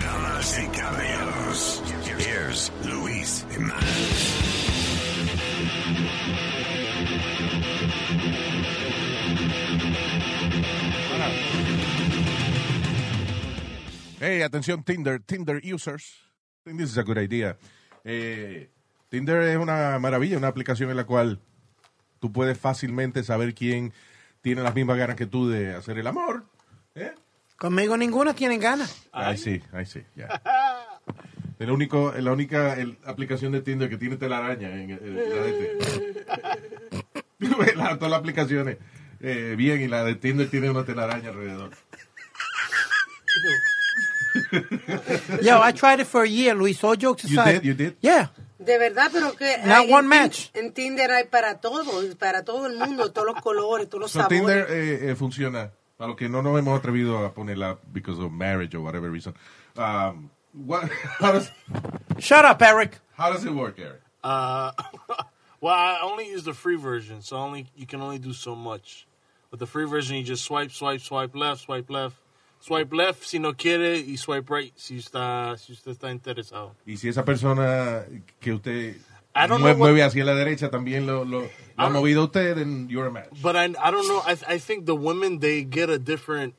Damas y caballeros, here's Luis Jiménez. Hey, atención Tinder, Tinder users. I think this is a good idea. Eh, Tinder es una maravilla, una aplicación en la cual tú puedes fácilmente saber quién tiene las mismas ganas que tú de hacer el amor. ¿Eh? Conmigo ninguno tiene ganas. Ahí sí, ahí sí, ya. El único, la única el- aplicación de Tinder que tiene telaraña en el- el- la de este. La- todas las aplicaciones. eh, bien, y la de Tinder tiene una telaraña alrededor. Yo, I tried it for a year, Luis. All jokes You aside. did, you did? Yeah. De verdad, pero que Not hay- one match. en Tinder hay para todo, para todo el mundo, todos los colores, todos los So sabores. Tinder eh, eh, funciona. A lo que no nos hemos atrevido a ponerla because of marriage or whatever reason. Um, what- how, does, Shut up, Eric. how does it work, Eric? Uh, well, I only use the free version, so only you can only do so much. With the free version, you just swipe, swipe, swipe left, swipe left, swipe left si no quiere y swipe right si está si usted está interesado. Y si esa persona que usted I don't mue- know what- Ah. mueve hacia la derecha también lo, lo, lo ha don't- movido usted, then you're a match. But I I don't know. I I think the women they get a different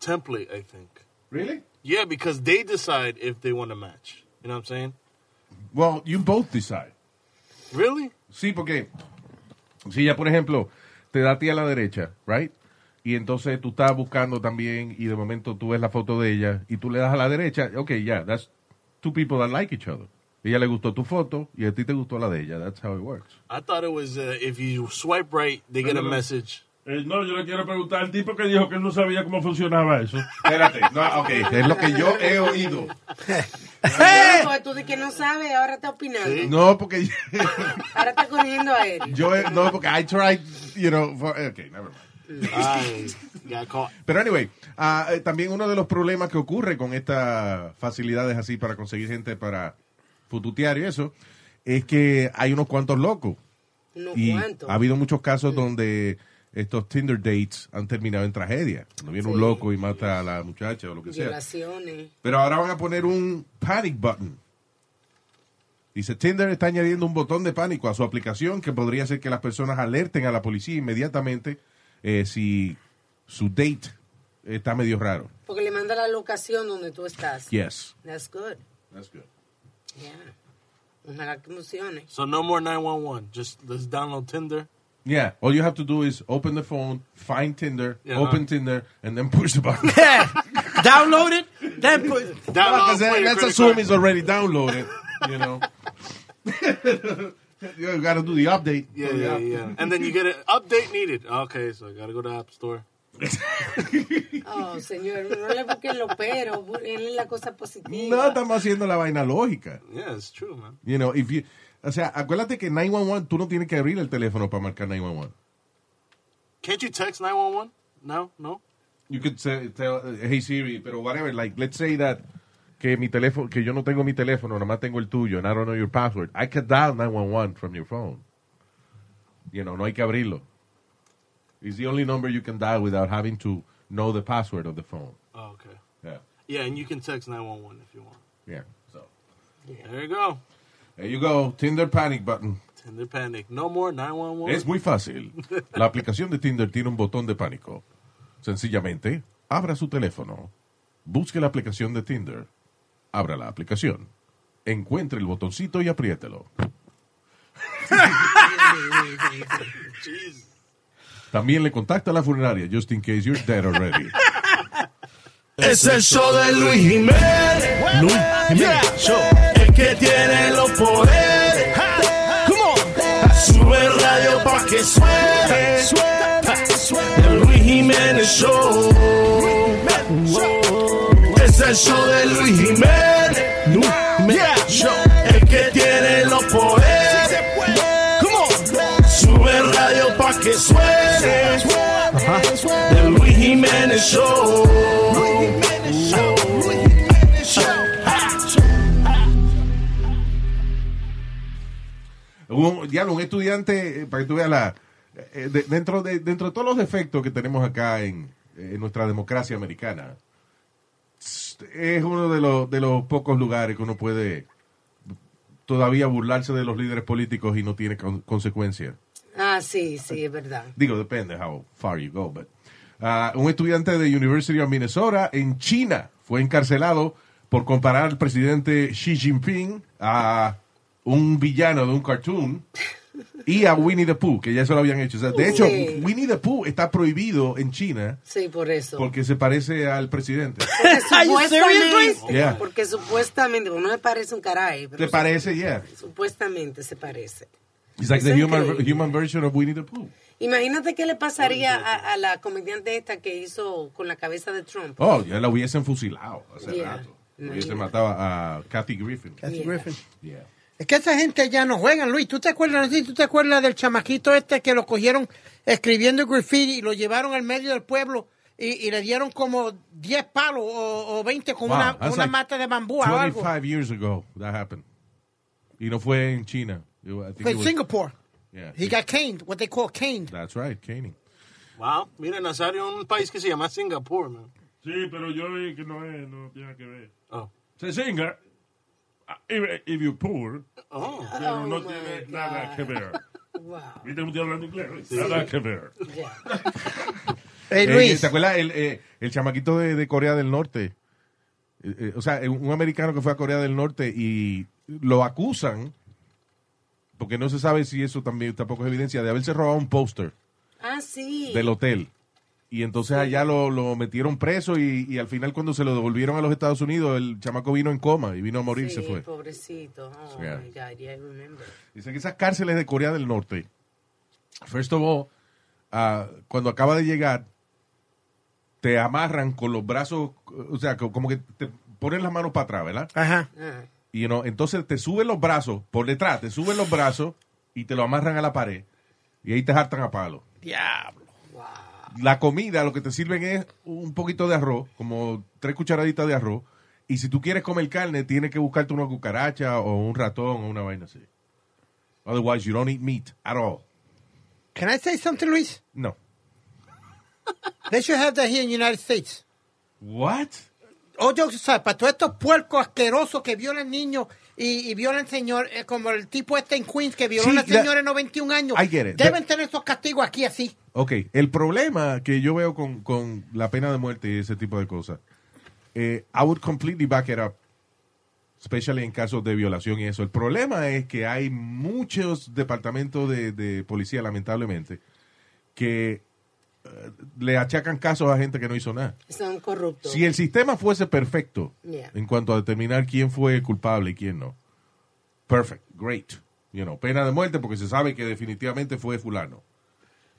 template. I think Really? yeah because they decide if they want to match. You know what I'm saying? Well, you both decide. Really? Sí, porque si ya, por ejemplo, te da a ti a la derecha, right? Y entonces tú estás buscando también y de momento tú ves la foto de ella y tú le das a la derecha, ok, yeah, that's two people that like each other. Ella le gustó tu foto y a ti te gustó la de ella. That's how it works. I thought it was uh, if you swipe right they get a message. Eh, no, yo le quiero preguntar al tipo que dijo que él no sabía cómo funcionaba eso. Espérate, no, ok, es lo que yo he oído. Pero, pues, tú de que no sabes, ahora está opinando. No, porque Ahora está corriendo a él. yo, he- no, porque I tried, you know, for- okay, never mind. I got caught. Pero anyway, ah, eh, también uno de los problemas que ocurre con estas facilidades así para conseguir gente para fututear y eso, es que hay unos cuantos locos. No Y cuánto. ha habido muchos casos donde estos Tinder dates han terminado en tragedia. Cuando viene un loco y mata a la muchacha o lo que sea. Violaciones. Pero ahora van a poner un panic button. Dice, Tinder está añadiendo un botón de pánico a su aplicación que podría hacer que las personas alerten a la policía inmediatamente eh, si su date está medio raro. Porque le manda la locación donde tú estás. Yes. That's good. That's good. Yeah. Una las emociones. So no more 911. Just let's download Tinder. Yeah, all you have to do is open the phone, find Tinder, Yeah. open Tinder, and then push the button. Yeah. Download it. Then put. Download, play Because that, your let's credit assume card. it's already downloaded, you know. you got to do the update. Yeah, yeah, yeah. And then you get an update needed. Okay, so I gotta go to App Store. Oh, señor, no le busquen lo pero, busquen la cosa positiva. No estamos haciendo la vaina lógica. Yeah, it's true, man. You know, if you, o sea, acuérdate que 911, tú no tienes que abrir el teléfono para marcar 911. Can't you text 911? No, no. You could say, tell, uh, hey Siri, pero whatever, like, let's say that, que mi teléfono, que yo no tengo mi teléfono, nomás tengo el tuyo, and I don't know your password. I could dial 911 from your phone. You know, no hay que abrirlo. It's the only number you can dial without having to know the password of the phone. Oh, okay. Yeah, Yeah, and you can text 911 if you want. yeah. So, There you go. there you go, Tinder panic button. Tinder panic. No more Es 911. muy fácil. La aplicación de Tinder tiene un botón de pánico. Sencillamente, abra su teléfono, busque la aplicación de Tinder, abra la aplicación, encuentre el botoncito y apriételo. Jeez. También le contacta a la funeraria, just in case you're dead already. Es el show de Luis Jiménez. Luis Jiménez Show. El que tiene los poderes. Come on. Sube el radio pa' que suene. El Luis Jiménez Show. el show de Luis Jiménez. Luis Jiménez Show. El que tiene los poderes. Sube el radio pa' que suene. El Luis Jiménez Show. Un, diablo, un estudiante, eh, para que tú veas la. eh, de- dentro, de, dentro de todos los defectos que tenemos acá en, en nuestra democracia americana, es uno de los, de los pocos lugares que uno puede todavía burlarse de los líderes políticos y no tiene con- consecuencias. Ah, sí, sí, es verdad. Digo, depende how far you go, but. ah, un estudiante de University of Minnesota en China fue encarcelado por comparar al presidente Xi Jinping a un villano de un cartoon y a Winnie the Pooh, que ya se lo habían hecho. O sea, de hecho, Sí. Winnie the Pooh está prohibido en China Sí, por eso. porque se parece al presidente. Porque you serious, Luis? supuestamente, Yeah. porque supuestamente, uno me parece un caray, pero ¿Te parece? Yeah. supuestamente se parece. It's like the Es human, increíble. human version of Winnie the Pooh. Imagínate qué le pasaría a, a la comediante esta que hizo con la cabeza de Trump. Oh, ya la hubiesen fusilado hace Yeah. rato. No, Hubiesen yeah. matado a Kathy Griffin. Kathy Yeah. Griffin. Yeah. Es que esa gente ya no juegan, Luis. ¿Tú te acuerdas, sí, ¿Tú te acuerdas del chamaquito este que lo cogieron escribiendo graffiti y lo llevaron al medio del pueblo y, y le dieron como 10 palos o, o 20 con Wow, una, that's una like mata de bambú o algo? 25 years ago that happened. Y no fue en China. It wa- I think Fue it en was- Singapore. Yeah, He got caned, what they call caned. That's right, caning. Wow. Mira, Nazario, un país que se llama Singapur, man. Sí, pero yo vi que no es, no tiene que ver. Oh. Se singa, ah, if, if you're poor, Oh. pero no my tiene God. nada que ver. Pues, Wow. ¿Viste cómo estoy hablando inglés? Nada que ver. Yeah. Eh, Hey, Luis. ¿Te acuerdas el, eh, el chamaquito de, de Corea del Norte? Eh, eh, o sea, eh, un americano que fue a Corea del Norte y lo acusan, porque no se sabe si eso también tampoco es evidencia, de haberse robado un póster Ah, sí. del hotel. Y entonces allá lo, lo metieron preso y, y al final cuando se lo devolvieron a los Estados Unidos, el chamaco vino en coma y vino a morir, se Sí, pues. fue. pobrecito. Oh, Yeah. my God, yeah, I remember. Dice que esas cárceles de Corea del Norte, first of all, ah, cuando acaba de llegar, te amarran con los brazos, o sea, co- como que te ponen las manos para atrás, ¿verdad? Ajá. Ah, Y you know, entonces te suben los brazos por detrás, te suben los brazos y te lo amarran a la pared. Y ahí te hartan a palo. Diablo. La comida, lo que te sirven es un poquito de arroz, como tres cucharaditas de arroz. Y si tú quieres comer carne, tienes que buscarte una cucaracha o un ratón o una vaina así. Otherwise, you don't eat meat at all. Can I say something, Luis? No. They should have that here in the United States. What? All jokes aside, para todos estos puercos asquerosos que violan niños y, y violan señor, eh, como el tipo este en Queens que violó Sí, a una that- señora de 91 años, I get it. deben That- tener esos castigos aquí así. Ok, el problema que yo veo con, con la pena de muerte y ese tipo de cosas, eh, I would completely back it up, especially en casos de violación y eso. El problema es que hay muchos departamentos de, de policía, lamentablemente, que eh, le achacan casos a gente que no hizo nada. Son corruptos. Si el sistema fuese perfecto Yeah. en cuanto a determinar quién fue culpable y quién no, perfect, great. You know, pena de muerte porque se sabe que definitivamente fue fulano.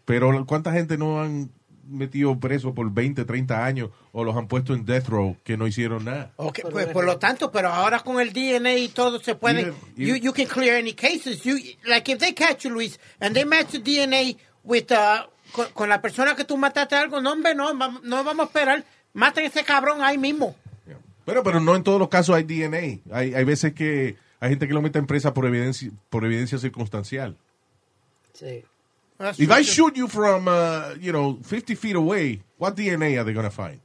Pero ¿cuánta gente no han metido preso por 20, 30 años o los han puesto en death row que no hicieron nada? Okay, pues por lo tanto, pero ahora con el DNA y todo se puede. Even- You, even- you can clear any cases. You, like if they catch you, Luis, and they match the DNA with, uh, con, con la persona que tú mataste algo, no, hombre, no, va- no vamos a esperar. Maten a ese cabrón ahí mismo. Yeah. Pero, pero no en todos los casos hay DNA. Hay, hay veces que hay gente que lo mete en presa por evidencia, por evidencia circunstancial. Sí. If I shoot you from, uh, you know, 50 feet away, what DNA are they going to find?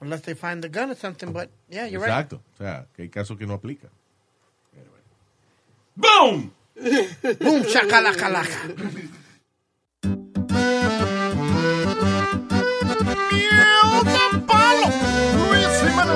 Unless they find the gun or something, but yeah, you're right. Exacto. O sea, que hay casos que no aplican. ¡Boom! Boom, chacalaca, laca.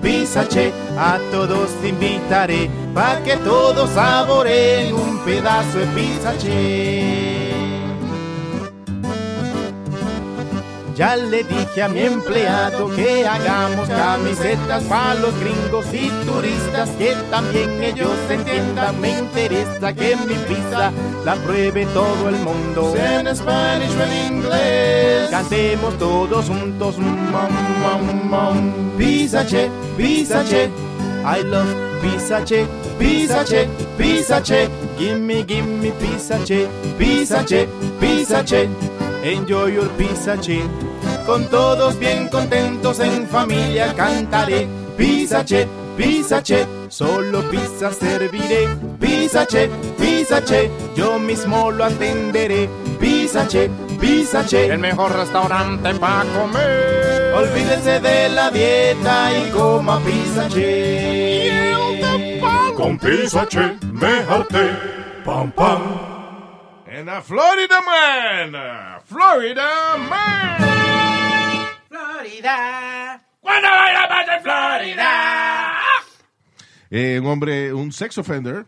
pizza, che, a todos te invitaré, pa' que todos saboreen un pedazo de pizza, che. Ya le dije a mi empleado que hagamos camisetas para los gringos y turistas que también ellos entiendan. Me interesa que mi pizza la pruebe todo el mundo. En español o en inglés. Cantemos todos juntos. mm, Mom, mom, mom. mm. Pizza che, pizza che. I love pizza che, pizza che, pizza che. Gimme, gimme pizza che, pizza che, pizza che. Enjoy your pizza che. Con todos bien contentos en familia cantaré. Pizza che, pizza che, solo pizza serviré. Pizza che, pizza che, yo mismo lo atenderé. Pizza che, pizza che, el mejor restaurante para comer. Olvídense de la dieta y coma pizza che. Con pizza che, me harté. Pam, pam. And a Florida man. a Florida man. Florida. ¿Cuándo baila más en Florida? Eh, un hombre, un sex offender,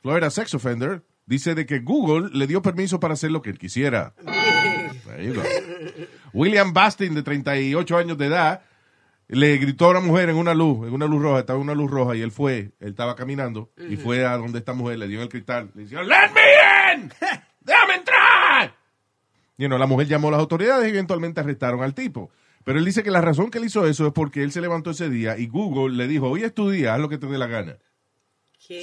Florida sex offender, dice de que Google le dio permiso para hacer lo que él quisiera. There you go. William Bastin, de 38 años de edad, le gritó a una mujer en una luz, en una luz roja, estaba en una luz roja y él fue, él estaba caminando y fue a donde esta mujer le dio en el cristal, le dijo, "Let me in! ¡Déjame entrar!" Y no, la mujer llamó a las autoridades y eventualmente arrestaron al tipo. Pero él dice que la razón que él hizo eso es porque él se levantó ese día y Google le dijo, hoy es tu día, haz lo que te dé la gana.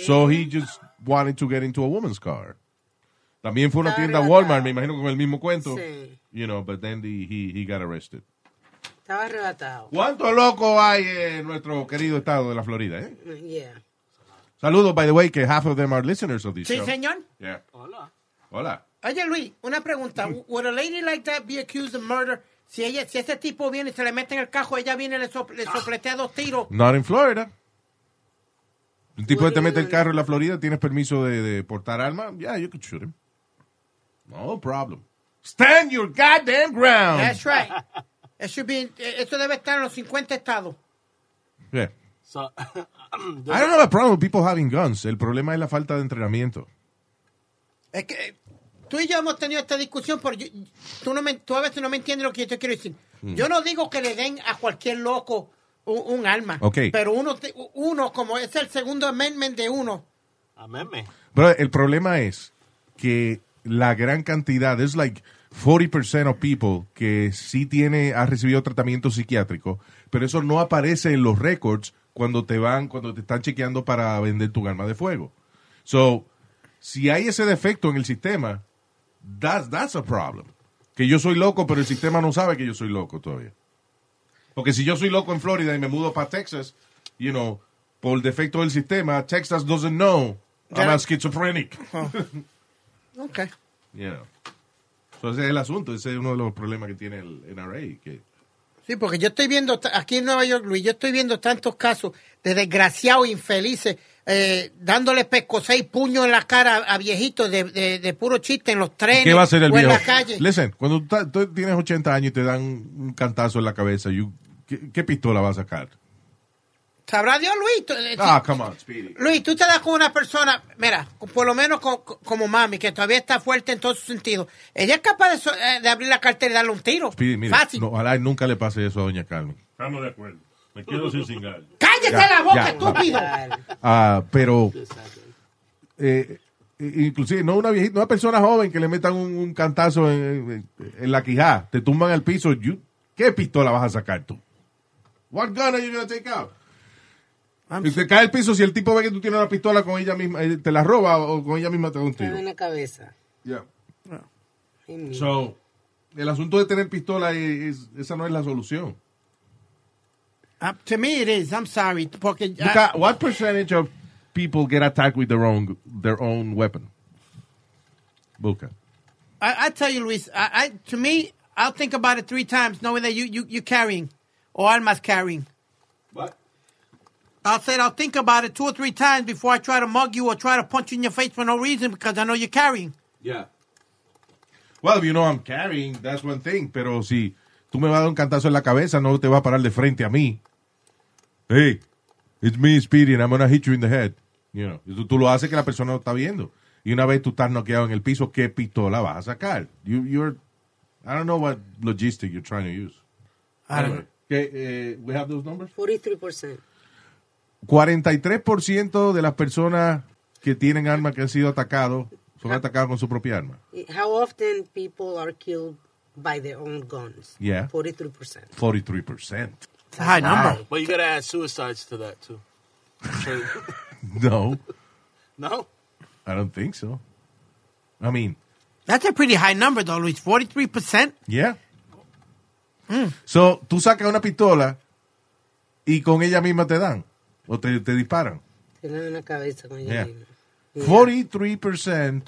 So he just wanted to get into a woman's car. También fue a una Estaba tienda arrebatado. Walmart, me imagino con el mismo cuento. Sí. You know, but then the- he, he got arrested. Estaba arrebatado. ¿Cuánto loco hay en nuestro querido estado de la Florida? Eh? Yeah. Saludos, by the way, que half of them are listeners of this Sí, show. señor. Yeah. Hola. Hola. Oye, Luis, una pregunta. Would a lady like that be accused of murder? Si ella, si ese tipo viene y se le mete en el cajo, ella viene y le, sop- le sopletea dos tiros. Not in Florida. Un tipo que te mete el carro en la Florida, tienes permiso de, de portar arma. Yeah, you could shoot him. No problem. Stand your goddamn ground. That's right. It should be- eh, eso debe estar en los 50 estados. Yeah. So, I don't have a problem with people having guns. El problema es la falta de entrenamiento. Es que eh, tú y yo hemos tenido esta discusión, pero yo- tú, no me, tú a veces no me entiendes lo que yo te quiero decir. Yo no digo que le den a cualquier loco un, un arma. Ok. Pero uno, te- uno, como es el segundo amendment de uno, amén, me. Pero el problema es que la gran cantidad, es like 40% of people que sí tiene, ha recibido tratamiento psiquiátrico, pero eso no aparece en los récords cuando te van, cuando te están chequeando para vender tu arma de fuego. So, si hay ese defecto en el sistema, that's, that's a problem. Que yo soy loco, pero el sistema no sabe que yo soy loco todavía. Porque si yo soy loco en Florida y me mudo para Texas, you know, por defecto del sistema, Texas doesn't know I'm a schizophrenic. ok. You know. So ese es el asunto, ese es uno de los problemas que tiene el NRA. Que, Sí, porque yo estoy viendo, ta- aquí en Nueva York, Luis, yo estoy viendo tantos casos de desgraciados, infelices, eh, dándole pescosé y puño en la cara a, a viejitos de, de- de puro chiste en los trenes ¿Qué va a hacer el o en viejo? la calle. Listen, cuando tú, ta- tú tienes 80 años y te dan un cantazo en la cabeza, you- ¿qué, qué pistola vas a sacar? ¿Sabrá Dios, Luis? Tú- eh, Ah, sí. come on, Speedy. Luis, tú te das con una persona, mira, por lo menos co- co- como mami, que todavía está fuerte en todos sus sentidos. Ella es capaz de, so- eh, de abrir la cartera y darle un tiro. Speedy, mira, Fácil. no, ojalá nunca le pase eso a Doña Carmen. Estamos de acuerdo. Me quedo sin cingar. ¡Cállate Ya, la boca, ya. estúpido! Ah, pero eh, inclusive no una viejita, una persona joven que le metan un, un cantazo en, en- en la quijá, te tumban al piso, you- ¿qué pistola vas a sacar tú? What gun are you gonna take out? I'm Y te cae el piso si el tipo ve que tú tienes una pistola con ella misma, eh, te la roba o con ella misma te da un Te tiro. en la cabeza. Yeah. Ay, mi- So, el asunto de tener pistola es- es- esa no es la solución. Uh, to me it is, I'm sorry. Porque ya- Because what percentage of people get attacked with their own their own weapon? Busca. I, I tell you, Luis. I, I to me, I'll think about it three times, knowing that you you you carrying, or Alma's carrying. What? I said I'll think about it two or three times before I try to mug you or try to punch you in your face for no reason because I know you're carrying. Yeah. Well, if you know I'm carrying, that's one thing. Pero si tú me vas a dar un cantazo en la cabeza, no te vas a parar de frente a mí. Hey, It's me, Speedy, and I'm gonna hit you in the head. You know, y tú, tú lo haces que la persona no está viendo. Y una vez tú estás noqueado en el piso, ¿qué pistola vas a sacar? You, you're, I don't know what logistic you're trying to use. I don't know. Okay, eh, we have those numbers? 43%. 43% de las personas que tienen armas que han sido atacados son atacados con su propia arma. How often people are killed by their own guns? Yeah. 43%. 43%. It's a high number. But you gotta add suicides to that too. So- No, no, I don't think so. I mean, That's a pretty high number, though, Luis. 43%? Yeah. So, tú sacas una pistola y con ella misma te dan o te, te disparan. Tienen una cabeza con Yeah. ella. 43%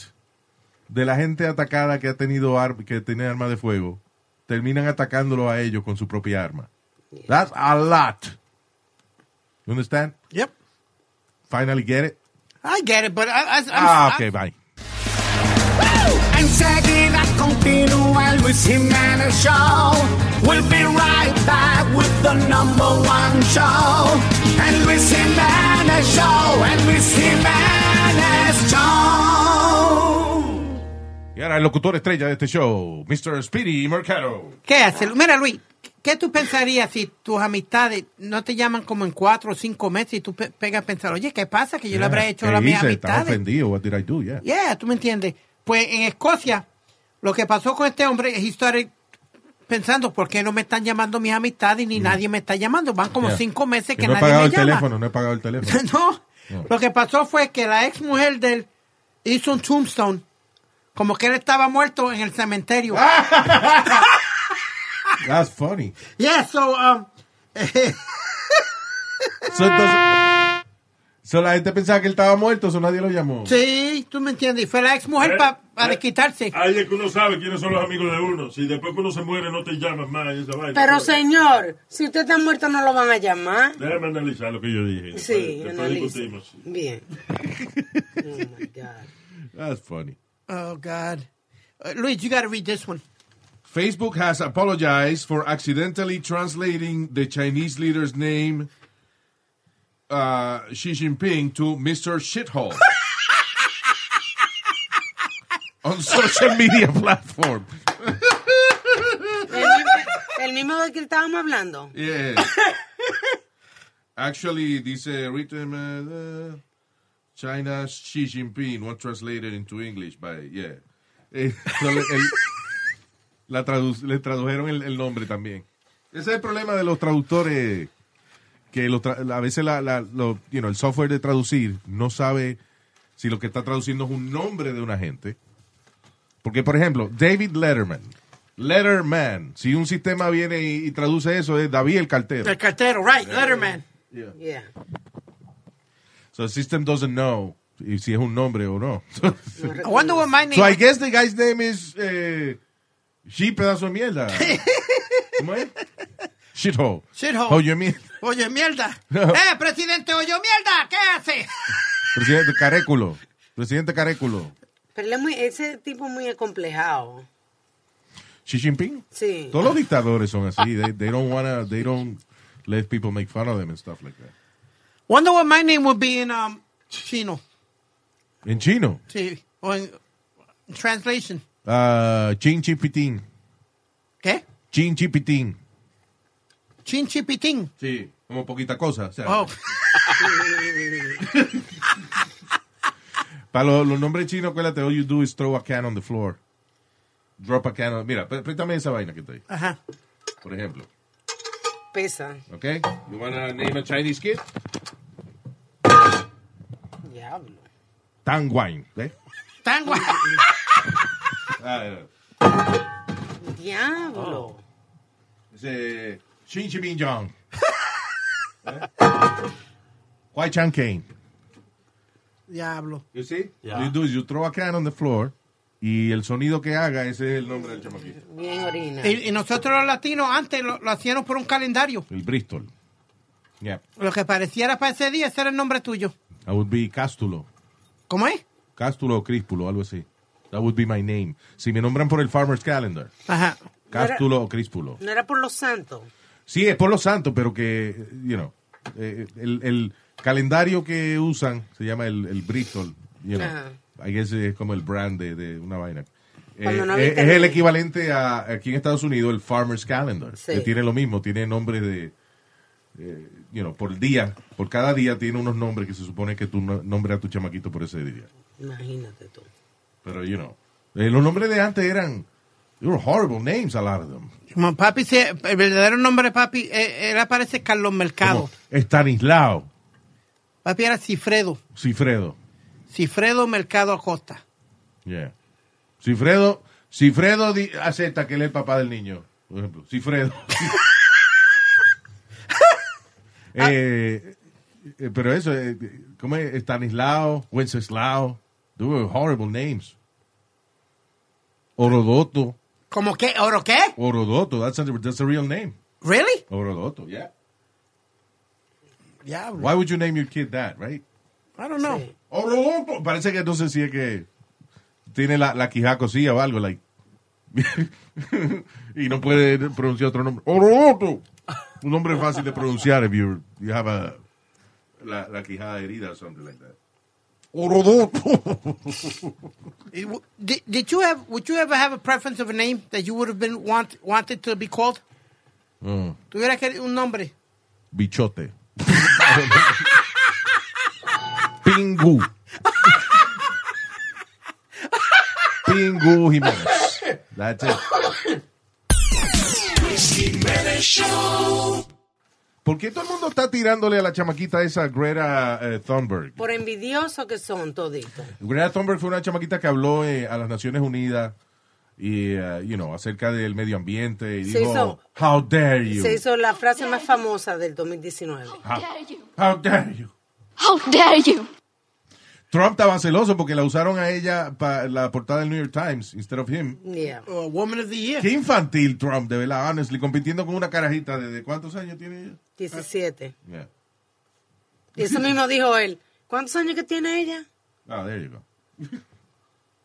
de la gente atacada que ha tenido ar- que tiene armas de fuego terminan atacándolo a ellos con su propia arma. That's a lot. You understand? Yep. Finally get it? I get it, but I, I, I'm, ah, I'm- okay, bye. Enseguida continúa el Luis Jiménez Show. We'll be right back with the number one show. El Luis Jiménez Show, el Luis Jiménez Show. Y ahora el locutor estrella de este show, Mr. Speedy Mercado. ¿Qué hace? Mira, Luis, ¿qué tú pensarías si tus amistades no te llaman como en cuatro o cinco meses y tú pe- pegas a pensar, oye, ¿qué pasa? Que yo le habré hecho ¿Qué a mis hice? Estaba amistades. ofendido. What did I do? Yeah. Yeah, tú me entiendes. Pues en Escocia, lo que pasó con este hombre es started pensando, ¿por qué no me están llamando mis amistades ni nadie me está llamando? Van como Mm. Yeah. cinco meses que no he nadie pagado me el llama. teléfono, no he pagado el teléfono. no. No. Lo que pasó fue que la ex mujer de él hizo un tombstone, como que él estaba muerto en el cementerio. Ah. That's funny. Yeah, so, um, So, entonces- so la gente pensaba que él estaba muerto, so nadie lo llamó. sí, tú me entiendes. Y fue la ex mujer Eh, para eh, quitarse. Ahí es que uno sabe quiénes son los amigos de uno. Si después que uno se muere, no te llaman más. y Esa vaina. Pero señor, si usted está muerto no lo van a llamar. Déjame analizar lo que yo dije. Sí, Después- después analiza. discutimos. Bien. Oh my God. That's funny. Oh, God. Uh, Luis, you gotta read this one. Facebook has apologized for accidentally translating the Chinese leader's name uh, Xi Jinping to Mr. Shithole on social media platform. El mismo- El mismo del que estábamos hablando. Yeah. Actually, this uh, written uh, uh, China's Xi Jinping was translated into English by yeah. Eh, so le- el- la tradu- le tradujeron el, el nombre también. Ese es el problema de los traductores que los tra- a veces la, la- lo- you know, el software de traducir no sabe si lo que está traduciendo es un nombre de una gente. Porque, por ejemplo, David Letterman. Letterman. Si un sistema viene y, y traduce eso, es David el cartero. El cartero, right, Eh. Letterman. Yeah. So the system doesn't know if si es un nombre o no. So, I wonder what my name I guess the guy's name is eh, She Pedazo de Mierda. ¿Cómo es? Shithole. Oh, Shithole. Oye, mierda. Oye, mierda. No. Eh, presidente, oye, mierda, ¿qué hace? Presidente Caréculo. Presidente Caréculo. Pero él es muy- ese tipo es muy acomplejado. Xi Jinping. Sí. Todos los dictadores son así. They, they don't wanna, they don't let people make fun of them and stuff like that. Wonder what my name would be in um, chino. En chino, Sí, o en en translation. uh, Chin Chipitín. ¿Qué? Chin Chipitín. Chin chipitín. Sí, como poquita cosa. o sea, Oh, Para los, los nombres chinos, acuérdate, all you do is throw a can on the floor. Drop a can on... Mira, pr- préstame esa vaina que está ahí, ajá. por ejemplo. Pesa. ¿Ok? You wanna name a Chinese kid? Diablo. Tang Wine. ¿eh? Tan guay. Ah, eh, Diablo. es, eh, Xin Shimin Jong. ¿Eh? Wai Chan Kane. Diablo. You see? Yeah. All you do is you throw a can on the floor y el sonido que haga, ese es el nombre del chamaquito. Bien orina. Y, y nosotros los latinos antes lo, lo hacíamos por un calendario. El Bristol. Yeah. Lo que pareciera para ese día, ese era el nombre tuyo. That would be Cástulo. ¿Cómo es? Cástulo o Críspulo, algo así. That would be my name. Si me nombran por el Farmer's Calendar. Ajá. Cástulo o Críspulo. No era por los santos. Sí, es por los santos, pero que, you know, eh, el, el calendario que usan se llama el, el Bristol. You know. Ajá. I guess es como el brand de, de una vaina. Eh, Cuando no es, viste es el el- equivalente a aquí en Estados Unidos el Farmer's Calendar. Sí. Que tiene lo mismo, tiene nombre de. eh, you know, por día, por cada día tiene unos nombres que se supone que tú no- nombres a tu chamaquito por ese día. Imagínate tú. Pero, you know, eh, los nombres de antes eran. They were horrible names, a lot of them. Como papi, se- el verdadero nombre de papi eh, era parece Carlos Mercado. Como Estanislao, Papi era Cifredo. Cifredo. Cifredo Mercado Acosta. Yeah. Cifredo, Cifredo di- acepta que él es el papá del niño, por ejemplo. Cifredo. Eh, eh, pero eso, eh, ¿cómo es? Estanislao, Wenceslao. They were horrible names. Orodoto. ¿Cómo qué? ¿Oro qué? Orodoto, that's a, that's a real name. ¿Really? Orodoto, yeah. Diablo. Why would you name your kid that, right? I don't know. Orodoto. Parece que no sé si es que tiene la, la quijá cosida o algo, like. y no puede pronunciar otro nombre. Orodoto. Un nombre fácil de pronunciar if you're- you have a, la, la quijada herida or something like that. Orodoto. It w- Did, did you have, would you ever have a preference of a name that you would have been want, wanted to be called? Mm, Tuviera que un nombre. bichote. Pingu. Pingu Jiménez. That's it. ¿Por qué todo el mundo está tirándole a la chamaquita esa Greta eh, Thunberg? Por envidiosos que son toditos. Greta Thunberg fue una chamaquita que habló eh, a las Naciones Unidas y, eh, you know, acerca del medio ambiente y Se dijo, hizo- how dare you, Se hizo la frase más famosa del 2019. how, how dare you. How dare you? Trump estaba celoso porque la usaron a ella para la portada del New York Times instead of him. Yeah. Uh, Woman of the Year. Qué infantil Trump, de verdad, honestly, compitiendo con una carajita de, de cuántos años tiene ella. 17. Yeah. Y eso mismo dijo él. ¿Cuántos años que tiene ella? Oh, there you go.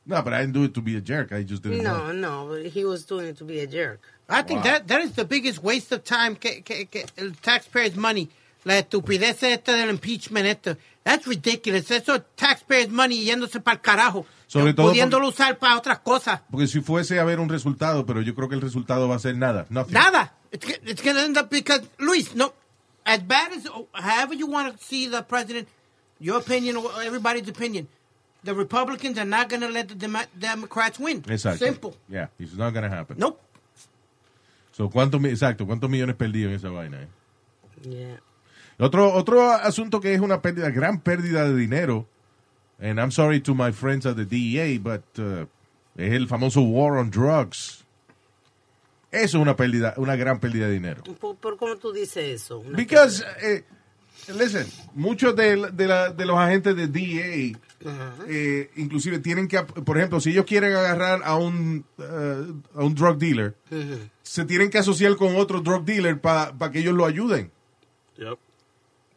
no, but I didn't do it to be a jerk. I just didn't know. No, no. He was doing it to be a jerk. I think that, that is the biggest waste of time, que, que, que, el taxpayers' money. La estupidez esta del impeachment esta. That's ridiculous. Eso taxpayers' money yéndose para el carajo. Sobre todo Pudiéndolo usar para otras cosas. Porque si fuese a haber un resultado, pero yo creo que el resultado va a ser nada. Nothing. Nada. It's, g- it's going to end up because, Luis, no, as bad as, however you want to see the president, your opinion or everybody's opinion, the Republicans are not going to let the Demo- Democrats win. Exacto. Simple. Yeah, it's not gonna happen. Nope. So, ¿cuántos, mi- exacto, ¿cuántos millones perdidos en esa vaina? eh? Yeah. Otro, otro asunto que es una pérdida, gran pérdida de dinero, and I'm sorry to my friends at the DEA, but uh, es el famoso War on Drugs. Eso es una pérdida, una gran pérdida de dinero. ¿Por, por cómo tú dices eso? Una- Because, eh, listen, muchos de, de la- de los agentes de DEA, eh, inclusive tienen que, ap- por ejemplo, si ellos quieren agarrar a un, eh, a un drug dealer, se tienen que asociar con otro drug dealer para que ellos lo ayuden. Yep.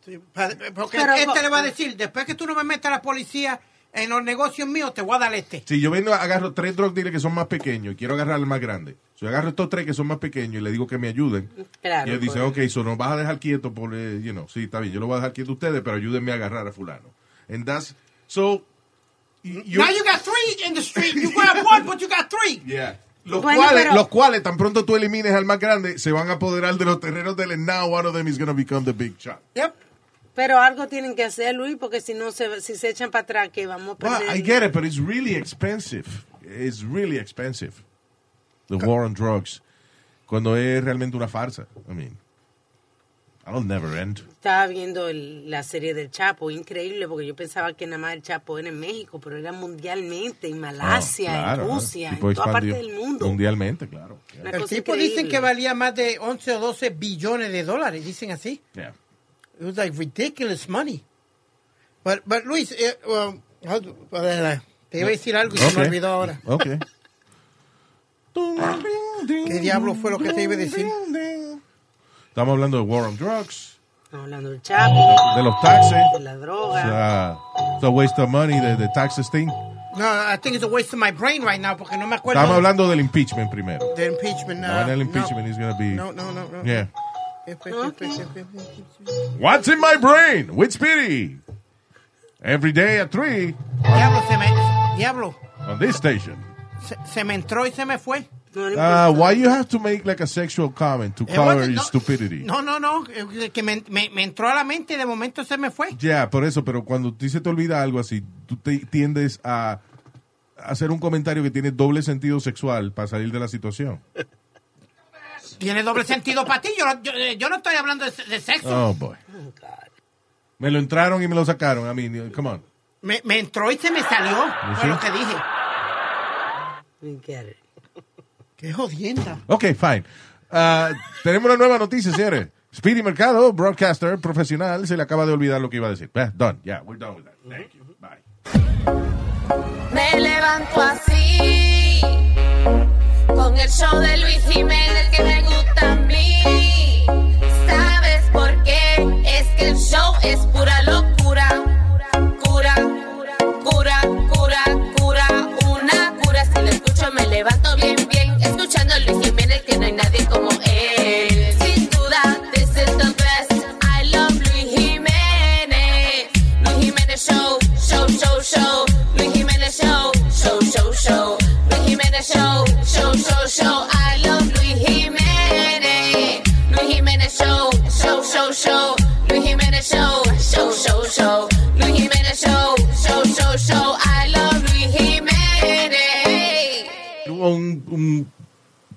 Sí, pa- Porque Pero- este le va a decir, después que tú no me metas a la policía en los negocios míos, te voy a dar este. Si yo vengo, agarro tres drug dealers que son más pequeños y quiero agarrar al más grande. Si yo agarro estos tres que son más pequeños y le digo que me ayuden, Claro, y él dice, pues. ok, eso nos vas a dejar quieto, por, eh, you know, sí, está bien, yo lo voy a dejar quieto a ustedes, pero ayúdenme a agarrar a fulano. And that's, so, y- yo- Now you got three in the street. You grab one, but you got three. Yeah. Los, Bueno, cuales, pero- los cuales, tan pronto tú elimines al más grande, se van a apoderar de los terrenos del now one of them is going to become the big shot. Yep. Pero algo tienen que hacer, Luis, porque si no, se, si se echan para atrás, que vamos a Well, perder. I get it, but it's really expensive. It's really expensive. The war on drugs. Cuando es realmente una farsa. I mean, I'll never end. Estaba viendo el- la serie del Chapo, increíble, porque yo pensaba que nada más el Chapo era en México, pero era mundialmente, en Malasia, Ah, claro, en ¿no? Rusia, Tipo en toda parte expandido del mundo. Mundialmente, claro. Yeah. Una El cosa tipo increíble. dicen que valía más de 11 o 12 billones de dólares, dicen así. Yeah. It was like ridiculous money. But, but Luis, eh, um, how do- uh, te iba a decir algo y se me Okay. olvidó ahora. Okay. ¿Qué diablo fue lo que te iba a decir? Estamos hablando de war on drugs, Estamos hablando del Chapo, de los taxes. de la droga. Ah, it's a waste of money, de the taxes thing. No, I think it's a waste of my brain right now porque no me acuerdo Estamos hablando del impeachment primero. del impeachment. La vaina uh, del impeachment no. is gonna be- No, no, no. no. Yeah. What's in my brain? With Speedy. Every day at 3 Diablo, se me, diablo, on this station. se, se me entró y se me fue. Uh, why you have to make like a sexual comment to It wasn't- cover your Eh, no, stupidity? No, no, no, eh, que me, me- me entró a la mente y de momento se me fue. Ya, por eso, pero cuando a ti se te olvida algo así, tú te tiendes a hacer un comentario que tiene doble sentido sexual para salir de la situación. Tiene doble sentido para ti. Yo, no- yo, eh, yo no estoy hablando de, de sexo. Oh, boy. Me lo entraron y me lo sacaron. I mean, come on. Me, me entró y se me salió. Fue sí? lo que dije. We get it. Qué jodienda. Ok, fine. Ah, tenemos una nueva noticia, señores. Speedy Mercado, broadcaster profesional, se le acaba de olvidar lo que iba a decir. Eh, done. Yeah, we're done with that. Thank you. Bye. Me levanto así, con el show de Luis Jiménez que me gusta a mí. ¿Sabes por qué? Es que el show es pura locura. Cura, cura, cura, cura, una cura. Si lo escucho me levanto bien, bien. Escuchando a Luis Jiménez que no hay nadie como él. Sin duda, this is the best. I love Luis Jiménez. Luis Jiménez Show, show, show, show. Luis Jiménez Show, show, show, show. Luis Jiménez Show, show, show, show. I love Luis Jiménez. Luis Jiménez Show, show, show, show. Luis Jiménez Show, show, show, show. Luis Jiménez Show, show, show, show. I love Luis Jiménez. Hubo un, un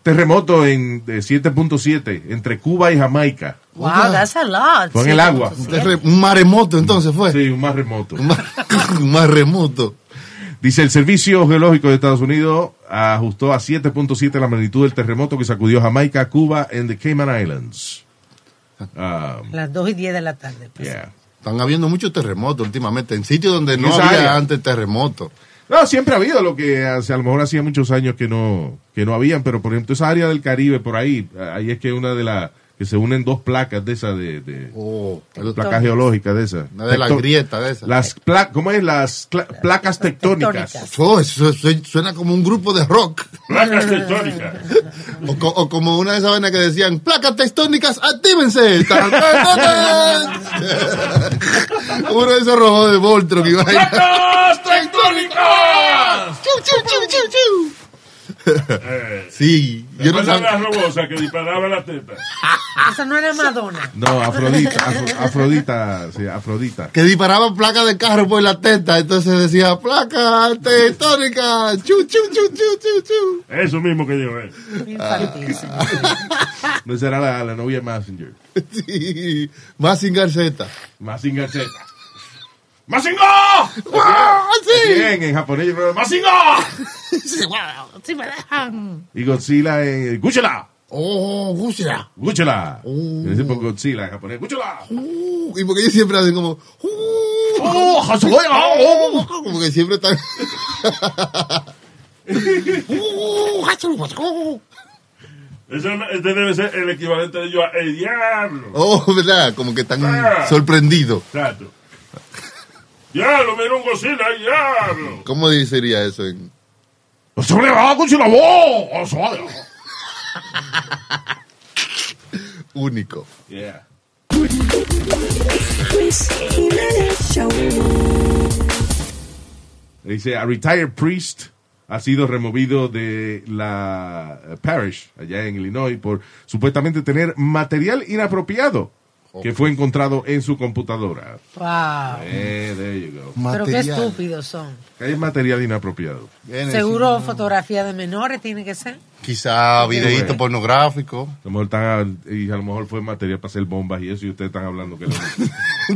terremoto en de 7.7 entre Cuba y Jamaica. Wow, that's a lot. Fue en el agua. Sí. Un Terre- Un maremoto entonces fue. Sí, Pues. un más remoto. Un maremoto. Dice, el Servicio Geológico de Estados Unidos ajustó a 7.7 la magnitud del terremoto que sacudió Jamaica, Cuba and the Cayman Islands. Ah, Las 2 y 10 de la tarde. pues. yeah. Están habiendo muchos terremotos últimamente, en sitios donde no Esa había área. antes terremotos. No, siempre ha habido lo que hace- a lo mejor hacía muchos años que no, que no habían, pero por ejemplo esa área del Caribe, por ahí, ahí es que una de las, que se unen dos placas de esas, de, de placas geológicas de esas. Oh, Una de las Tecto- grietas de esas. Las pla- ¿Cómo es? Las cla- placas tectónicas. Oh, eso, eso suena como un grupo de rock. Placas tectónicas. O, co- o como una de esas vainas que decían, placas tectónicas, actívense. Tan, tan, tan, tan. Uno de esos robots de Voltron. Y vaina. ¡Placas tectónicas! Chiu, chiu, chiu, chiu, chiu. Eh, Sí, yo no ¿Recuerdan sabía. la robosa que disparaba la teta? Esa no era Madonna. No, Afrodita, Afro- Afrodita, sí, Afrodita. Que disparaban placas de carro por la testa. Entonces decía, placas tectónicas, chu, chu, chu, chu, chu, chu. Eso mismo que yo. eh. Infantil. No será la, la novia de Messenger. Sí, más sin garceta. Mazinger Z. ¡Mazingo! ¡Ah, sí! Bien, en japonés yo creo ¡Mazingo! Sí, me dejan. Y Godzilla en ¡Gúchela! Oh, Gusera. ¡Gúchela! Y Dice por Godzilla en japonés ¡Gúchela! Uh, y porque ellos siempre hacen como. uh, ¡Oh, Hazugoya! ¡Oh! uh, como que siempre están. Oh, Uh, oh! uh, Ese este debe ser el equivalente de yo a el diablo. oh, ¿verdad? Como que están sorprendidos. Exacto. Diablo, mira un Godzilla, diablo. ¿Cómo sería eso? en- ¡Sobre va Godzilla! ¡Oh! ¡Hazugoya! Único. Yeah. Luis Jiménez Show. Dice, a retired priest ha sido removido de la eh, parish allá en Illinois por supuestamente tener material inapropiado que fue encontrado en su computadora. Wow. Eh, there you go. Pero qué Material. estúpidos son. Hay material inapropiado. Viene, Seguro fotografía de menores tiene que ser. sí. Quizá videíto bueno. pornográfico. A lo mejor, están- y a lo mejor fue material para hacer bombas y eso, y ustedes están hablando que... lo-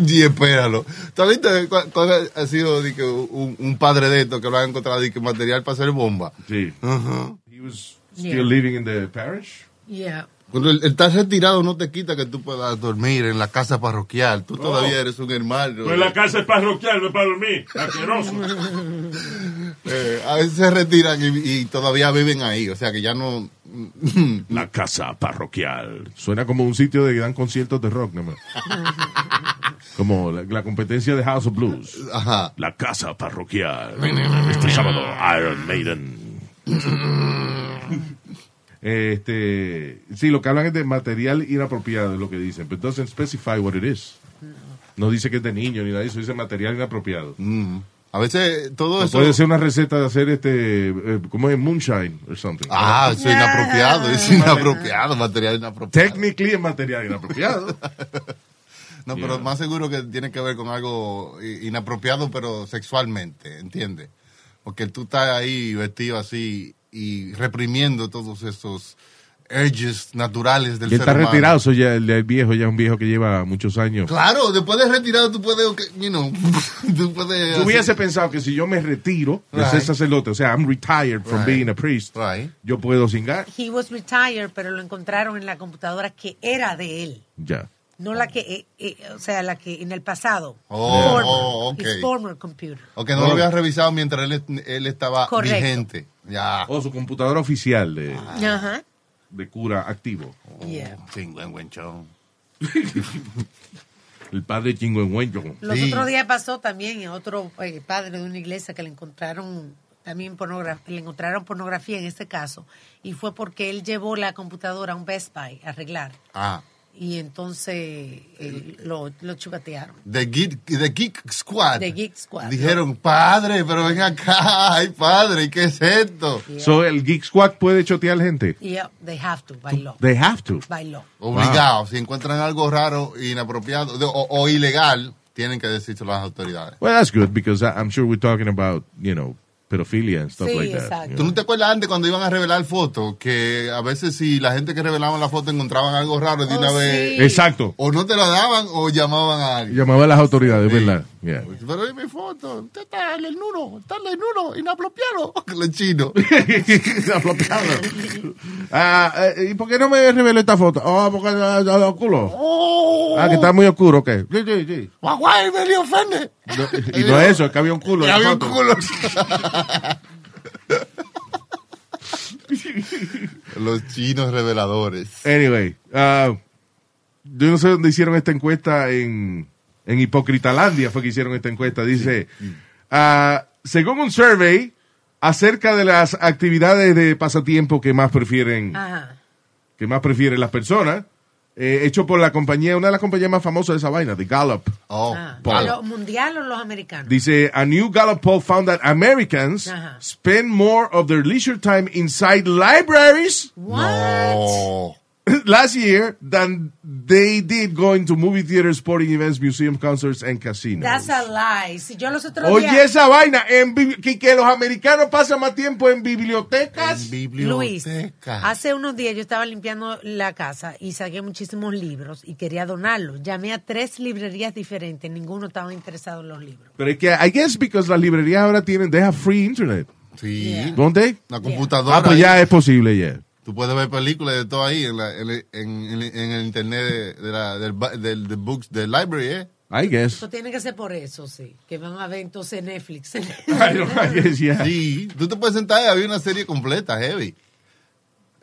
Y espéralo. ¿Tú has visto cu- cuál ha sido di que, un, un padre de estos que lo han encontrado y que material para hacer bomba? sí. Ajá. He was Yeah. still living in the parish. Yeah. Cuando el, el estar retirado no te quita que tú puedas dormir en la casa parroquial. Tú todavía Oh. eres un hermano. Pues la casa es parroquial, no es para dormir. Asqueroso. Eh, a veces se retiran y, y todavía viven ahí. O sea que ya no. La casa parroquial. Suena como un sitio de que dan conciertos de rock, nomás. como la, la competencia de House of Blues. Ajá. La casa parroquial. Este sábado, Iron Maiden. Eh, Este, sí, lo que hablan es de material inapropiado, es lo que dicen, but doesn't specify what it is. No dice que es de niño ni nada de eso, dice material inapropiado. A veces todo O eso- Puede ser una receta de hacer este, eh, ¿cómo es? Moonshine or something. Ah, eso es inapropiado, es inapropiado, material inapropiado. Technically es material inapropiado. No, pero más seguro que tiene que ver con algo i- inapropiado, pero sexualmente, ¿entiendes? Porque tú estás ahí vestido así y reprimiendo todos esos urges naturales del Y él ser está humano. retirado, soy ya, el, el viejo ya es un viejo que lleva muchos años. Claro, después de retirado tú puedes, ok, you know, tú puedes... Yo así. hubiese pensado que si yo me retiro de ser Right. sacerdote, o sea, I'm retired from Right. being a priest, yo puedo singar. He was retired, pero lo encontraron en la computadora que era de él. Ya. No la que, eh, eh, o sea, la que en el pasado. Oh, Former, oh, ok. His former computer. Ok, no lo habías revisado mientras él, él estaba Correcto. vigente. Ya. O su computadora oficial de, Ajá. de cura activo. Yeah. Chingüengüenchón. El padre chingüengüencho. Los otros días pasó también en otro eh, padre de una iglesia que le encontraron también pornografía, le encontraron pornografía en este caso y fue porque él llevó la computadora a un Best Buy a arreglar Ah. y entonces eh, lo, lo chugatearon. The Geek, the Geek Squad. De Geek Squad. Dijeron, padre, pero ven acá. Ay, padre, ¿qué es esto? So, el Geek Squad puede chotear gente. Yeah, uh, they have to by law. They have to. By law. Obligado. Si encuentran algo raro, inapropiado de- o, o ilegal, tienen que decírselo a las autoridades. Well, that's good because I- I'm sure we're talking about, you know, pedophilia and stuff Sí, like that. exacto. you ¿Tú know. no te acuerdas antes cuando iban a revelar fotos? Que a veces si la gente que revelaba la foto encontraban algo raro de Oh, una sí. vez. Exacto. O no te lo daban o llamaban a alguien. Llamaba a las autoridades, ¿verdad? Yeah. Pero dime foto. Usted está desnudo. Está desnudo. Inapropiado. Los chinos. inapropiado. Ah, eh, ¿Y por qué no me reveló esta foto? Oh, porque ah, ah, oscuro. ¡Oh! Ah, que está muy oscuro, ¿qué? Sí, sí, sí. Guaguay, me le ofende. No, y no es eso, es que había un culo. en la Había un foto. culo. Los chinos reveladores. Anyway, ah, yo no sé dónde hicieron esta encuesta en, en Hipocritalandia fue que hicieron esta encuesta. Dice, ah, según un survey acerca de las actividades de pasatiempo que más prefieren, Ajá. que más prefieren las personas, eh, hecho por la compañía, una de las compañías más famosas de esa vaina, de Gallup. Oh, Ah. Poll. ¿Los mundial o los americanos? Oh, Dice, a new Gallup poll found that Americans Ajá. spend more of their leisure time inside libraries No. last year than they did going to movie theaters, sporting events, museum concerts, and casinos. That's a lie. Si yo los otros Oye, días, esa vaina, en bibli- que, que los americanos pasan más tiempo en bibliotecas. Luis, hace unos días yo estaba limpiando la casa y saqué muchísimos libros y quería donarlos. Llamé a tres librerías diferentes, ninguno estaba interesado en los libros. Pero es que, I guess, because las librerías ahora tienen, they have free internet. Sí. ¿Dónde? La computadora. Ah, pues ahí. ya es posible, ya. Tú puedes ver películas de todo ahí en, la- en- en- en el internet de, de la, del, ba- del, del books, del library, ¿eh? I guess. Eso tiene que ser por eso, sí. Que van a ver entonces Netflix. Sí, tú te puedes sentar y había una serie completa, heavy.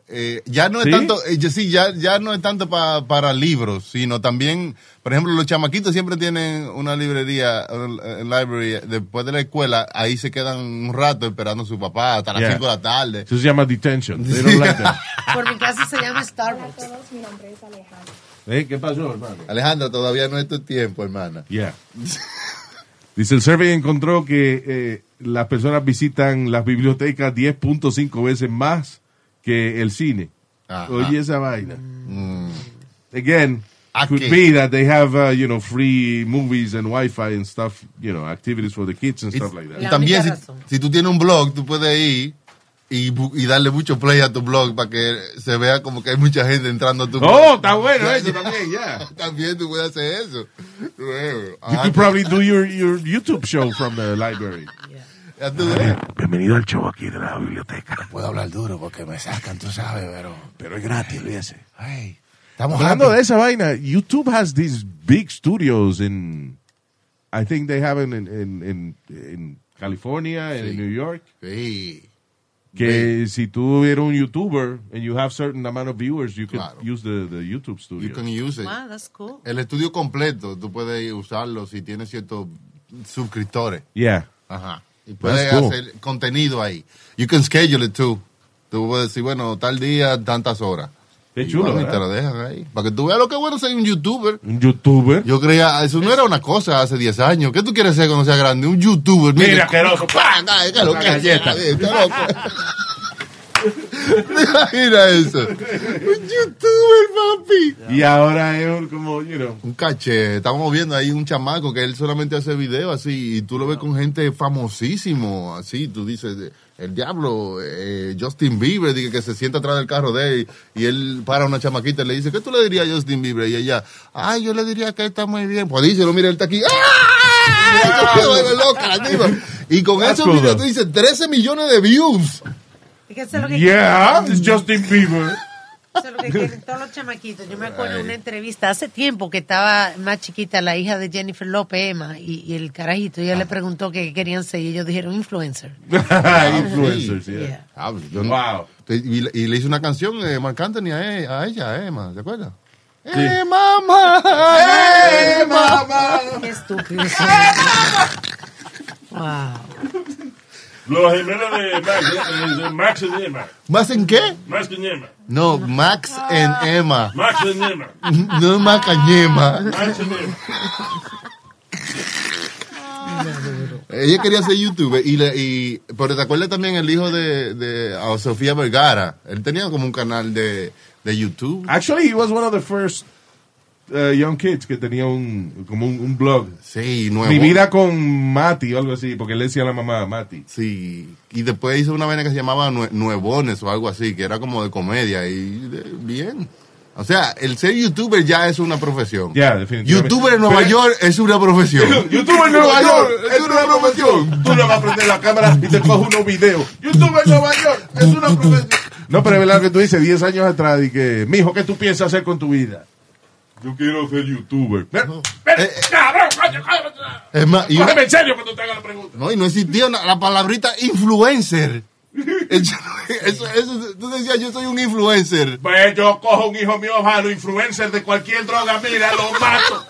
Eh, ya no es ¿Sí? tanto, eh, ya- sí, ya, ya no es tanto pa- para libros, sino también, por ejemplo, los chamaquitos siempre tienen una librería, un, eh, library, después de la escuela, ahí se quedan un rato esperando a su papá hasta las Yeah. 5 de la tarde. Eso se llama detention. They don't like that. por mi casa se llama Starbucks. Mi nombre es Alejandro. Eh, ¿Qué pasó, hermano? Alejandra, todavía no es tu tiempo, hermana. Yeah. Dice, el survey encontró que eh, las personas visitan las bibliotecas 10.5 veces más que el cine. Ajá. Mm. Oye, esa vaina. Again, could qué? be that they have, uh, you know, free movies and Wi-Fi and stuff, you know, activities for the kids and stuff like that. Y también si, si tú tienes un blog, tú puedes ir y, bu- y darle mucho play a tu blog para que se vea como que hay mucha gente entrando a tu blog. Oh, está bueno eso también, ya. también tú puedes hacer eso. Luego, You ah, could probably do your, your YouTube show from the library. ya tú ves. Bienvenido al show aquí de la biblioteca. Puedo hablar duro porque me sacan, tú sabes, pero, pero es gratis, olvídese. Ay, estamos Hablando happy. de esa vaina, YouTube has these big studios in, I think they have in, in, in, in California and in New York. Sí. Que si tú eres un YouTuber and you have certain amount of viewers, you can use the, the YouTube studio. You can use it. Wow, Ah, that's cool. El estudio completo, tú puedes usarlo si tienes ciertos suscriptores. Yeah. Ajá. Y puedes That's cool. hacer contenido ahí. You can schedule it too. Tú puedes decir, bueno, tal día, tantas horas. Qué chulo, Y te ¿verdad? lo dejan ahí. Para que tú veas lo que bueno ser un youtuber. Un youtuber. Yo creía, eso no era una cosa hace 10 años. ¿Qué tú quieres ser cuando seas grande? Un youtuber. Mira, Mira, asqueroso. ¡Pam! Ay, qué loco, Una galleta. ay, está loco. Mira eso. Un youtuber, papi. Y ahora es un, como, you know. Un caché. Estamos viendo ahí un chamaco que él solamente hace video así y tú lo ves con gente famosísimo, así. Tú dices, el diablo, eh, Justin Bieber, dije que se sienta atrás del carro de él y él para a una chamaquita y le dice, ¿qué tú le dirías a Justin Bieber? Y ella, ay, yo le diría que él está muy bien. Pues díselo, mira, él está aquí. ¡Ah! Yo me vuelvo loca, la tipa. Y con That's eso, cool, mira, though. tú dices, 13 millones de views. Fíjense lo que Yeah, it's Justin Bieber. Eso es lo que quieren todos los chamaquitos. Yo me acuerdo de una entrevista hace tiempo que estaba más chiquita la hija de Jennifer López, Emma, y, y el carajito. Ella le preguntó que qué querían ser y ellos dijeron influencer. Influencers, yeah. Yeah. wow. Y, y le hizo una canción de Marc Anthony a, e- a ella, a Emma, ¿te acuerdas? ¡Eh, mamá! ¡Eh, mamá! Qué estúpido. wow. Los gemelos de Max, eh, eh, Max y Emma. ¿Más en qué? Max y Emma. No, Max en Emma. Max y Emma. No Max and Emma. Max y Emma. Ella quería ser youtuber. Y, le- y, pero te acuerdas también el hijo de, de a Sofía Vergara. Él tenía como un canal de, de YouTube. Actually, he was one of the first uh, young kids que tenía un, como un, un blog. Sí, nuevo. Mi vida con Mati o algo así, porque él decía a la mamá Mati. Sí, y después hizo una vaina que se llamaba Nue- Nuevones o algo así, que era como de comedia y de- bien. O sea, el ser youtuber ya es una profesión. Ya, definitivamente. Youtuber en Nueva Pero- York es una profesión. YouTube en Nueva York es una profesión. Tú le vas a prender la cámara y te coges unos videos. YouTube en Nueva York es una profesión. No, pero es verdad lo que tú dices 10 años atrás y que, mijo, ¿qué tú piensas hacer con tu vida? Yo quiero ser youtuber. Eh, Es más, y, Cógeme en serio cuando te haga la pregunta. no, y no existía una- la palabrita influencer. Eso- eso- eso- tú decías, yo soy un influencer. Pues yo cojo un hijo mío, ojalá, influencer de cualquier droga, mira, lo mato.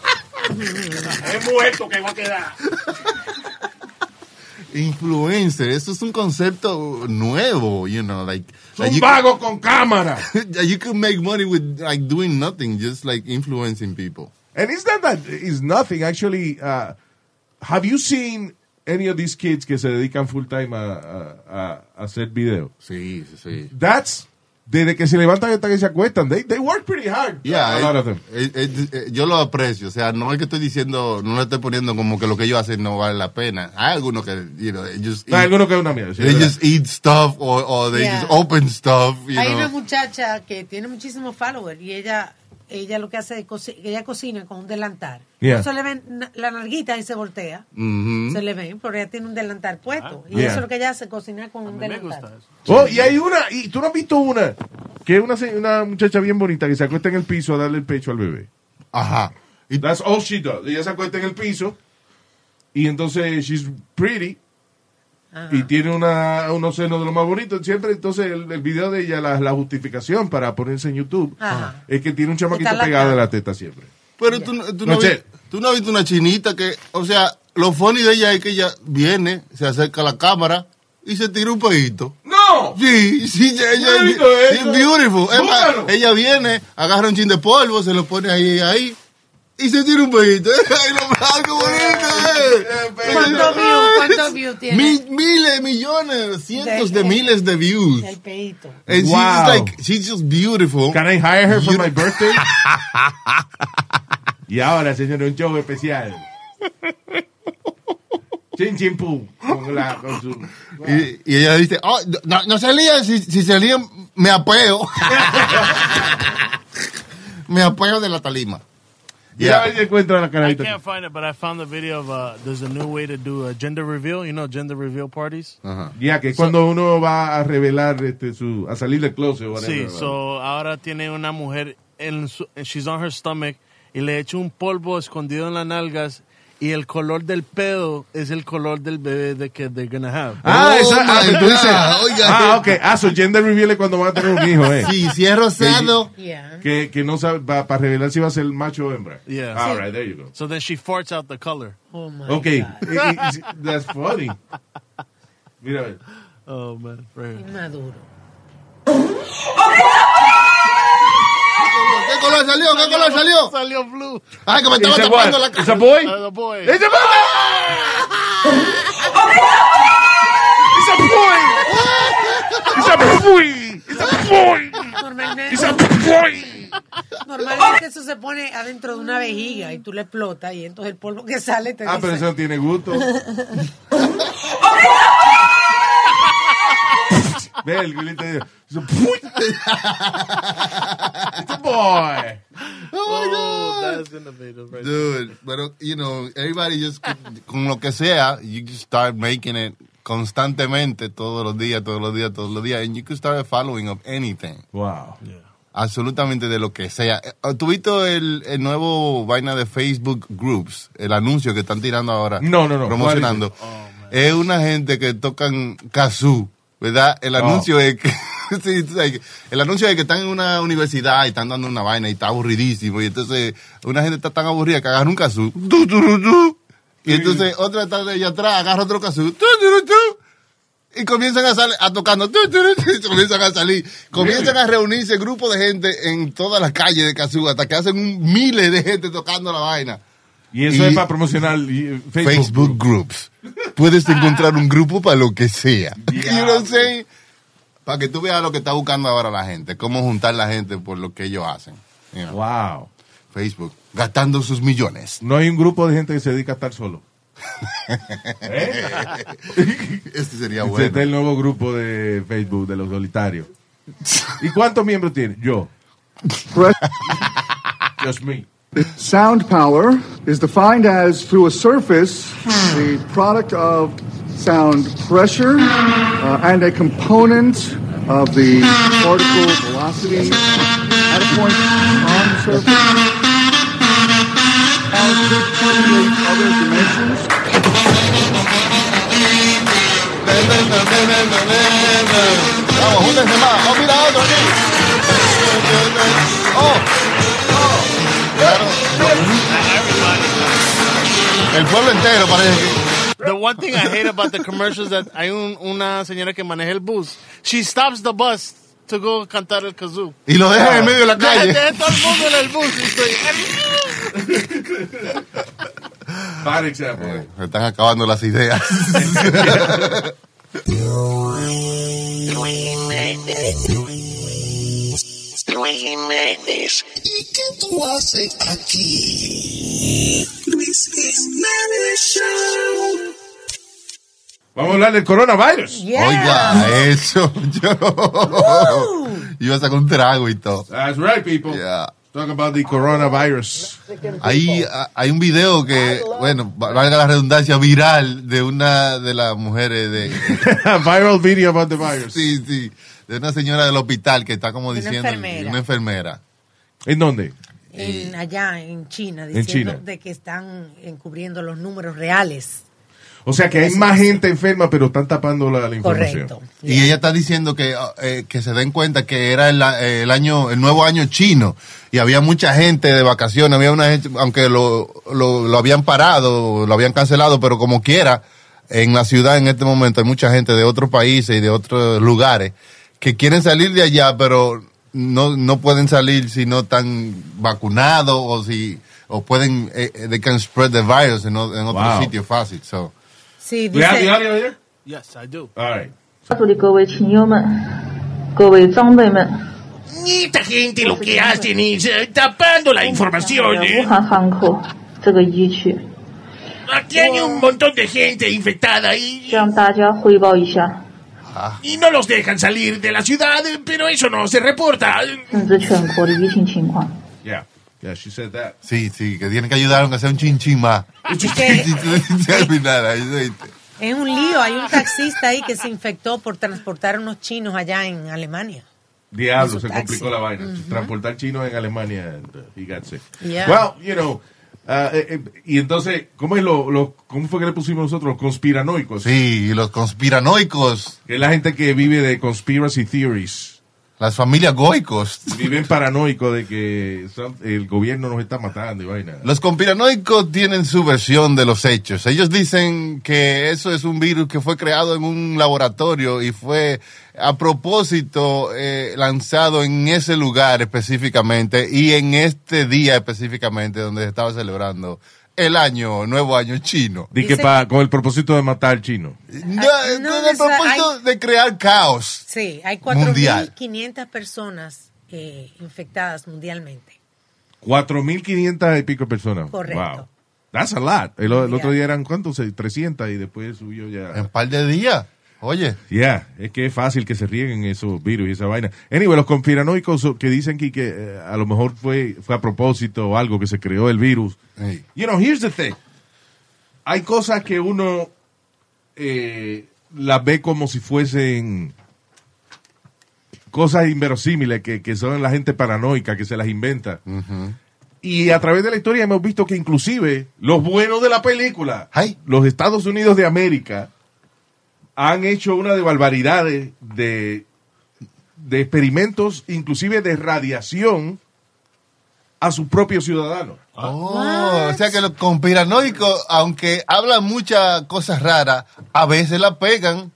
Es muerto que va a quedar. Influencer, eso es un concepto nuevo, you know, like. like Un you- vago con cámara. you can make money with like doing nothing, just like influencing people. And it's not that it's nothing. Actually, uh, have you seen any of these kids que se dedican full time a, a- a- a hacer video? Sí, sí. That's desde que se levantan hasta que se acuestan. They, they work pretty hard. Yeah, a lot of them. eh, eh, eh, yo lo aprecio, o sea, no es que estoy diciendo, no le estoy poniendo como que lo que ellos hacen no vale la pena. Hay algunos que, you know, they just No, eat, alguno que es una mierda. sí, they ¿verdad? just eat stuff or, or they Yeah. just open stuff, you Hay una know. muchacha que tiene muchísimos followers y ella ella lo que hace es coci- ella cocina con un delantal. Yeah. No se le ven na- la narguita y se voltea. Mhm. Se le ven, pero ella tiene un delantal puesto. y Yeah. eso es lo que ella hace, cocinar con un delantal. Oh, y hay una, y tú no has visto una, que es una, se- una muchacha bien bonita que se acuesta en el piso a darle el pecho al bebé. Ajá. Y That's all she does. Ella se acuesta en el piso y entonces she's pretty y tiene una, unos senos de lo más bonito. Siempre entonces el, el video de ella, la, la justificación para ponerse en YouTube, Ajá. es que tiene un chamaquito Está la pegado cara. a la teta siempre. Pero tú, no- tú no, No vi- sé. tú no has visto una chinita que, o sea, lo funny de ella es que ella viene, se acerca a la cámara y se tira un pedito. ¡No! Sí, sí, ella, Yo he ella- visto she's eso. beautiful. Es más, Búscalo. ella viene, agarra un chin de polvo, se lo pone ahí, ahí. Y se tira un pedito. ¡Ay, lo más, qué bonito! eh! ¿Cuántos views? ¿Cuántos views tiene? Mil- miles, millones, cientos de, De- miles de views. El peito. And she's Wow. just like, she's just beautiful. Can I hire her for my birthday? y ahora, señor, un show especial. Chin chin pum. Con la, con su, Y, y ella dice, "Oh, no, no se lían, si, si se lían, me apeo. me apeo de la talima. Ya ahí se encuentra la I carajita. can't find it, but I found the video of uh, there's a new way to do a gender reveal. You know, gender reveal parties. Ah, Ya, que es cuando uno va a revelar, este, su, a salir del closet o Sí, whatever. so ahora tiene una mujer, en su- she's on her stomach, y le echa un polvo escondido en las nalgas, y el color del pedo es el color del bebé de que they're gonna have. Ah, esa, ah, my tú dices- God, oiga. ah, ok. Ah, so gender reveal es cuando van a tener un hijo, eh. Sí, si es rosado. Que, que, que no sabe, para revelar si va a ser macho o hembra. Yeah. All right, there you go. So then she farts out the color. Oh my Ok. Eh, eh, that's funny. Mira, a ver. Oh man, right here. Inmaduro. ¿Qué color salió? ¿Qué color salió? Salió blue. Ay, que me estaba It's a tapando boy. la cara. It's a boy. It's a boy. It's a boy. It's a boy. Normalmente, It's a boy. normalmente eso se pone adentro de una vejiga y tú le explotas y entonces el polvo que sale te Ah, dice- pero eso no tiene gusto. Ve, el grito de... It's a boy. It's a boy. Oh my God. That's innovative, right? Dude, pero, you know, everybody just, con lo que sea, you just start making it constantemente, todos los días, todos los días, todos los días, and you can start a following of anything. Wow. Absolutamente de lo que sea. Eh, ¿Tuviste el, el nuevo vaina de Facebook Groups? El anuncio que están tirando ahora. No, no, no. Promocionando. es una gente que tocan kazoo, ¿verdad? El Oh. anuncio es que... sí, tú sabes que- el anuncio es que están en una universidad y están dando una vaina y está aburridísimo. Y entonces una gente está tan aburrida que agarra un kazoo. tu, tu, tu, tu, Y entonces otra está de allá atrás, agarra otro kazoo. tu, tu, tu, tu, y comienzan a, sal- a tocando, tu, tu, tu, tu, y comienzan a salir, comienzan a reunirse grupos de gente en todas las calles de Kazoo, hasta que hacen un- miles de gente tocando la vaina. Y eso Y- es para promocionar y- eh, Facebook. Facebook Groups. Puedes encontrar un grupo para lo que sea. You know what I'm saying? Para que tú veas lo que está buscando ahora la gente, cómo juntar la gente por lo que ellos hacen. Wow. Facebook, gastando sus millones. No hay un grupo de gente que se dedica a estar solo. Este sería Ese bueno. es el nuevo grupo de Facebook de los solitarios. ¿Y cuántos miembros tiene? Yo. Pues- Just me. Sound power is defined as through a surface, the product of sound pressure uh, and a component of the particle velocity at a point on the surface. Sound could permeate other dimensions. Vamos, júntense más. Oh, mira otro aquí. Oh. El pueblo entero parece que. The one thing I hate about the commercials that hay un, una señora que maneja el bus. She stops the bus to go cantar el kazoo. Y lo deja en medio de la calle. Deja, deja todo el mundo en el bus. y estoy- Bad example. Se están acabando las ideas. Luis Jiménez. ¿Y qué tú haces aquí? Luis Jiménez Show. Vamos a hablar del coronavirus. Oiga, eso. Yo. Yo iba a sacar un trago y todo. That's right, people. Yeah. Talk about the coronavirus. Ahí ah, hay un video que, bueno, va- valga la redundancia, viral de una de las mujeres de, Viral video about the virus. Sí, sí. de una señora del hospital que está como Una diciendo enfermera. una enfermera. ¿En dónde? en- allá en China diciendo China. de que están encubriendo los números reales. O sea que hay más gente enferma, pero están tapando la, la información. Y ella está diciendo que, ah, eh, que se den cuenta que era el, a- eh, el año, el nuevo año chino y había mucha gente de vacaciones, había una gente, aunque lo, lo, lo habían parado, lo habían cancelado, pero como quiera, en la ciudad en este momento hay mucha gente de otros países y de otros lugares que quieren salir de allá, pero no, no pueden salir si no están vacunados o si, o pueden, eh, eh, they can spread the virus en, o- en otro Wow. sitio fácil, so. Sí, We have the audio here? Yes, I do. All right. 告诉的各位亲友们、各位长辈们， Esta gente lo que hacen es eh, tapando la información. 武 ¿eh? 汉汉口这个疫区， Aquí hay un montón de gente infectada y, 向大家汇报一下， y no los dejan salir de la ciudad, eh, pero eso no se reporta. 甚至全国的疫情情况。 Yeah. Yeah, she said that. Sí, sí, que tienen que ayudar aunque sea un chinchín más. Terminar ahí, ¿oíste? Es un lío, hay un taxista ahí que se infectó por transportar a unos chinos allá en Alemania. Diablo, Hizo se taxi. complicó la vaina. Ujú. Transportar chinos en Alemania, and, uh, he got sick. Yeah. Well, you know. uh, eh, eh, y entonces, ¿cómo, es lo, lo- ¿cómo fue que le pusimos nosotros? Los Conspiranoicos. Sí, los conspiranoicos. Que es la gente que vive de conspiracy theories. Las familias goicos. Viven paranoicos de que some- el gobierno nos está matando y vaina. Los conspiranoicos tienen su versión de los hechos. Ellos dicen que eso es un virus que fue creado en un laboratorio y fue a propósito eh, lanzado en ese lugar específicamente y en este día específicamente donde se estaba celebrando el año, nuevo año chino. Di que pa- con el propósito de matar al chino. No, Ah, no, o con el sea, propósito hay- de crear caos. Sí, hay Mundial. 4.500 personas eh, infectadas mundialmente. 4.500 y pico personas. Correcto. Wow. That's a lot. El, el Yeah. otro día eran, ¿cuántos? 300 y después subió ya. En un par de días. Oye. Yeah, es que es fácil que se rieguen esos virus y esa vaina. Anyway, los conspiranoicos so- que dicen que, que eh, a lo mejor fue, fue a propósito o algo que se creó el virus. You know, here's the thing. Hay cosas que uno eh, las ve como si fuesen cosas inverosímiles que, que son la gente paranoica que se las inventa. Y a través de la historia hemos visto que inclusive los buenos de la película, los Estados Unidos de América, han hecho una de barbaridades de, de experimentos, inclusive de radiación, a sus propios ciudadanos. Oh, o sea que los conspiranoicos, aunque hablan muchas cosas raras, a veces la pegan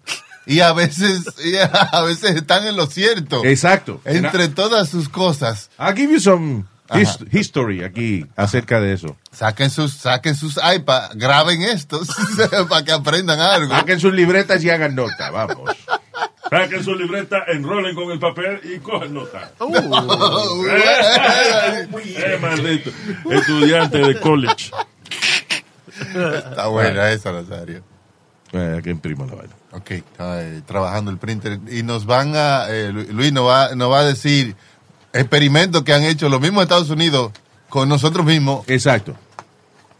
y a veces, y a veces están en lo cierto. Exacto. Entre todas sus cosas. I'll give you some Ajá. his- history aquí acerca de eso. Saquen sus, saquen sus iPads, graben estos para que aprendan algo. Saquen sus libretas y hagan nota, vamos. Saquen su libreta, enrolen con el papel y cojan nota. Eh, maldito. Estudiante de college. Está buena esa, Nazario. Eh, que imprima la vaina. Ok, está eh, trabajando el printer. Y nos van a, eh, Lu- Luis nos va, nos va a decir experimentos que han hecho los mismos Estados Unidos con nosotros mismos. Exacto.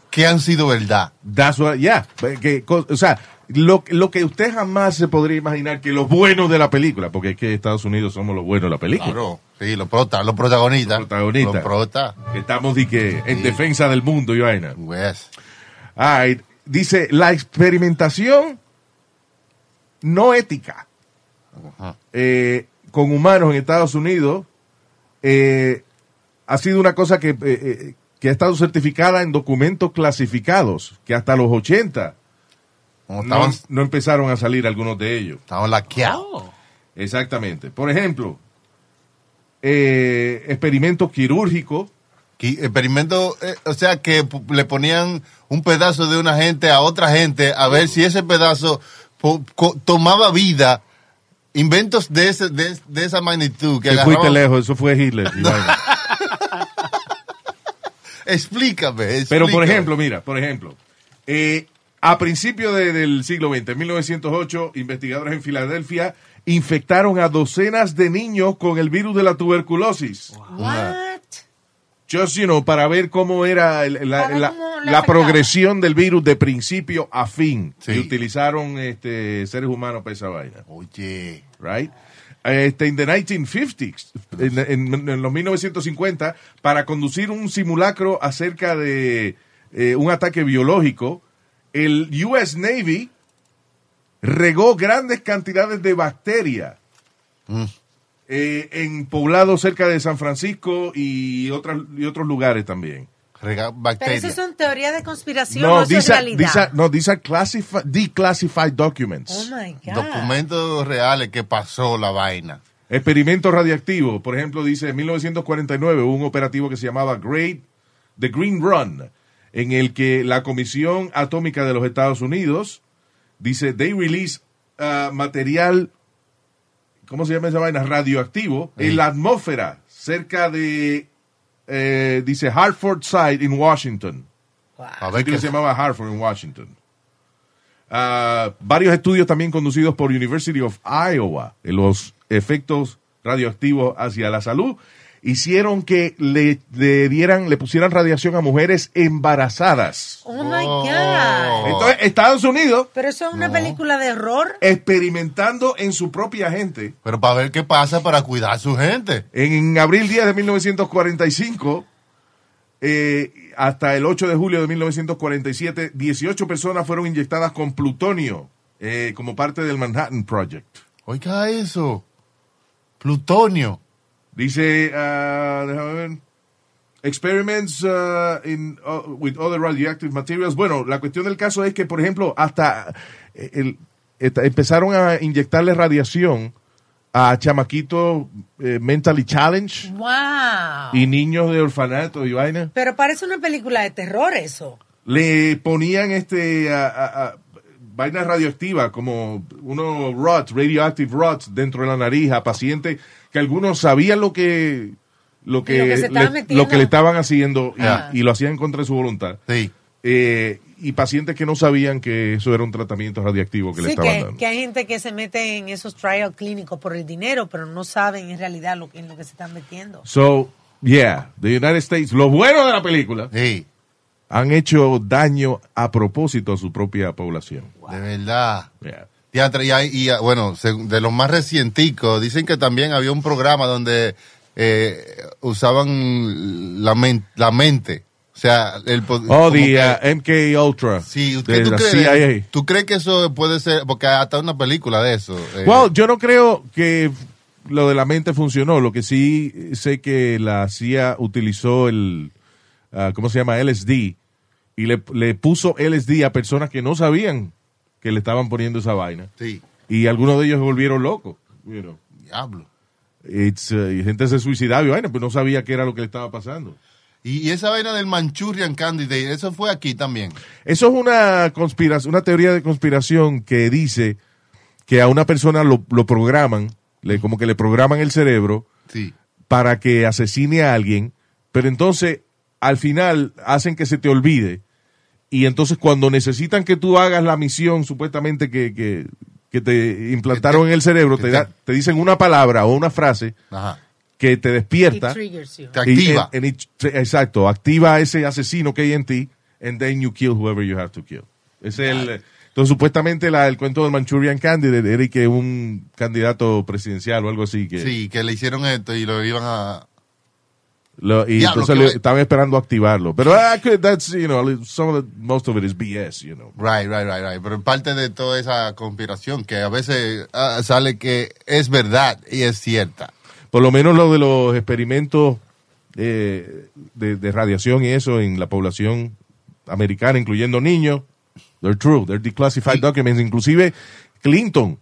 Que han sido verdad. That's what, yeah. Que, co- o sea, lo, lo que usted jamás se podría imaginar que los buenos de la película, porque es que Estados Unidos somos los buenos de la película. Claro, sí, los, prota, los protagonistas. Los protagonistas. Los prota. Que Estamos di que, en defensa del mundo y vaina. Pues, All right. Ah, Dice, la experimentación no ética eh, con humanos en Estados Unidos eh, ha sido una cosa que, eh, eh, que ha estado certificada en documentos clasificados, que hasta los 80 no, estaban- no empezaron a salir algunos de ellos. Estaban laqueados. Exactamente. Por ejemplo, eh, experimentos quirúrgicos. Experimentos, eh, o sea, que p- le ponían un pedazo de una gente a otra gente a ver si ese pedazo po- co- tomaba vida. Inventos de, ese, de, de esa magnitud. Que Te fuiste agarraban- lejos, eso fue Hitler. y vaina. Explícame, Pero por explícame. ejemplo, mira, por ejemplo, eh, a principios de- del siglo XX, en 1908, investigadores en Filadelfia infectaron a docenas de niños con el virus de la tuberculosis. Just, you know, para ver cómo era el- la, Para ver la- cómo le la afectaba. progresión del virus de principio a fin. Y utilizaron este, seres humanos para esa vaina. Oye. Right? Este, in the 1950s, en, en- en los 1950, para conducir un simulacro acerca de eh, un ataque biológico, el US Navy regó grandes cantidades de bacterias eh, en poblados cerca de San Francisco y, otras, y otros lugares también. Pero eso son teorías de conspiración, no, No, eso es these are, realidad. these are- no, these are classifi- declassified documents. Oh my God. Documentos reales que pasó la vaina. Experimentos radiactivos. Por ejemplo, dice en 1949 hubo un operativo que se llamaba Great, The Green Run, en el que la Comisión Atómica de los Estados Unidos dice, they release uh, material, ¿cómo se llama esa vaina? Radioactivo en la atmósfera cerca de, eh, dice, Hartford Side en Washington. A Oh ver que se llamaba Hartford en Washington. Ah, varios estudios también conducidos por University of Iowa de los efectos radioactivos hacia la salud hicieron que le, le dieran le pusieran radiación a mujeres embarazadas. Oh my Oh. God. Entonces Estados Unidos Pero eso es una película de error. experimentando en su propia gente. Pero para ver qué pasa para cuidar a su gente. En abril 10 de 1945 eh, hasta el 8 de julio de 1947, 18 personas fueron inyectadas con plutonio eh, como parte del Manhattan Project. Oiga eso. Plutonio. Dice, ah, déjame ver. Experiments ah, in, oh, with other radioactive materials. Bueno, la cuestión del caso es que, por ejemplo, hasta eh, el- esta- empezaron a inyectarle radiación a chamaquitos eh, mentally challenged ¡Wow! y niños de orfanato y vaina. Pero parece una película de terror eso. Le ponían este a- a- a- vainas radioactivas como unos rods, radioactive rods dentro de la nariz a pacientes que algunos sabían lo que lo que, Lo que se estaban le, metiendo. lo que le estaban haciendo y, Ah. y lo hacían contra su voluntad. Eh, y pacientes que no sabían que eso era un tratamiento radioactivo que le Sí, estaban que, dando. que hay gente que se mete en esos trials clínicos por el dinero, pero no saben en realidad lo, en lo que se están metiendo. So, yeah, the United States, lo bueno de la película, han hecho daño a propósito a su propia población. De verdad. Yeah. Teatro, y, hay- y, ah, bueno, según- de los más recienticos, dicen que también había un programa donde eh, usaban la, men- la mente. O sea, el... po- Oh, como the que- uh, MK Ultra. Sí, de ¿Qué tú la crees? Eh. CIA. ¿Tú crees que eso puede ser? Porque hasta una película de eso. eh, Well, yo no creo que lo de la mente funcionó. Lo que sí sé que la CIA utilizó el, ah, ¿cómo se llama? LSD. Y le, le puso LSD a personas que no sabían que le estaban poniendo esa vaina. Sí. Y algunos de ellos se volvieron locos. you know. Diablo. It's, uh, y gente se suicidaba y vaina, pues no sabía qué era lo que le estaba pasando. Y, y esa vaina del Manchurian Candidate, eso fue aquí también. Eso es una conspiración, una teoría de conspiración que dice que a una persona lo, lo programan, le, como que le programan el cerebro Sí. para que asesine a alguien, pero entonces al final hacen que se te olvide. Y entonces cuando necesitan que tú hagas la misión supuestamente que, que- que te implantaron en el cerebro, te, da- te dicen una palabra o una frase que te despierta. It triggers you. Y- and- and it- exacto, activa ese asesino que hay en ti, and then you kill whoever you have to kill. Es el, entonces, supuestamente la- el cuento del Manchurian Candidate era que un candidato presidencial o algo así. Que Sí, que le hicieron esto y lo iban a... lo- y Diablo, entonces qué le- bueno. estaban esperando activarlo. Pero ah, que that's, you know, some of the- most of it is BS, you know. Right, right, right, right. Pero parte de toda esa conspiración que a veces ah, sale que es verdad y es cierta. Por lo menos lo de los experimentos eh, de, de radiación y eso en la población americana, incluyendo niños, they're true, they're declassified documents. Inclusive Clinton,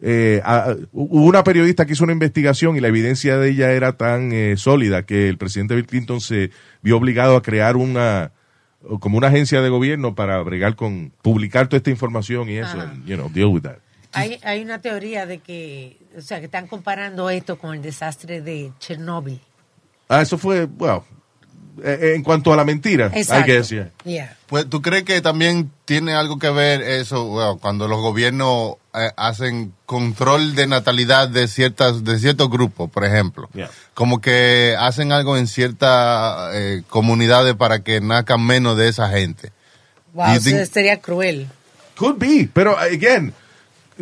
eh, a- a- hubo una periodista que hizo una investigación y la evidencia de ella era tan eh, sólida que el presidente Bill Clinton se vio obligado a crear una o como una agencia de gobierno para bregar con publicar toda esta información y eso, Ajá. and, you know, deal with that. Hay, hay una teoría de que, o sea, que están comparando esto con el desastre de Chernobyl. Ah, eso fue, well, eh, en cuanto a la mentira, hay Exacto. que decir. Yeah. Pues, ¿tú crees que también tiene algo que ver eso bueno, cuando los gobiernos eh, hacen control de natalidad de ciertas de ciertos grupos, por ejemplo? Como que hacen algo en ciertas eh, comunidades para que nazcan menos de esa gente. Wow, You eso think- sería cruel. Could be, pero uh, again,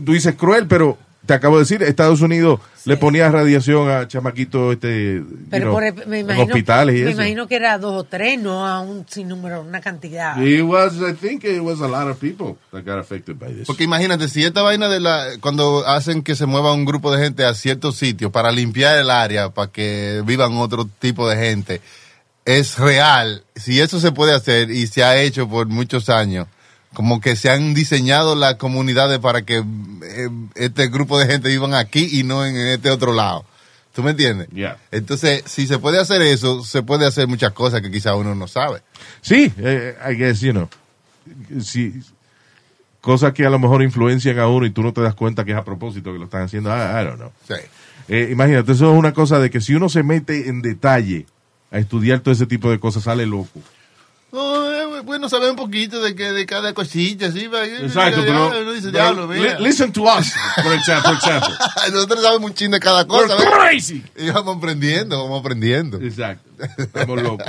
tú dices cruel, pero te acabo de decir, Estados Unidos le ponía radiación a chamaquitos este, Pero you know, por el- me imagino, en hospitales y me eso. imagino que era dos o tres, no a un sinnúmero, una cantidad. It was, I think it was a lot of people that got affected by this. Porque imagínate, si esta vaina de la. Cuando hacen que se mueva un grupo de gente a ciertos sitios para limpiar el área, para que vivan otro tipo de gente, es real. Si eso se puede hacer y se ha hecho por muchos años, como que se han diseñado las comunidades para que eh, este grupo de gente vivan aquí y no en este otro lado. ¿Tú me entiendes? Yeah. Entonces, si se puede hacer eso, se puede hacer muchas cosas que quizá uno no sabe. Sí, eh, I guess, you know. Sí, cosas que a lo mejor influencian a uno y tú no te das cuenta que es a propósito que lo están haciendo. I, I don't know. Sí. Eh, imagínate, eso es una cosa de que si uno se mete en detalle a estudiar todo ese tipo de cosas, sale loco. No, eh, bueno, saber un poquito de, que, de cada cosita, ¿sí? va, eh, Exacto, ya, pero- ya, uno dice, pero "Diablo, mira". li- listen to us, por ejemplo. por ejemplo. Nosotros sabemos un chin de cada cosa. We're ¿ves? crazy. Y vamos aprendiendo, vamos aprendiendo. Exacto. Estamos locos.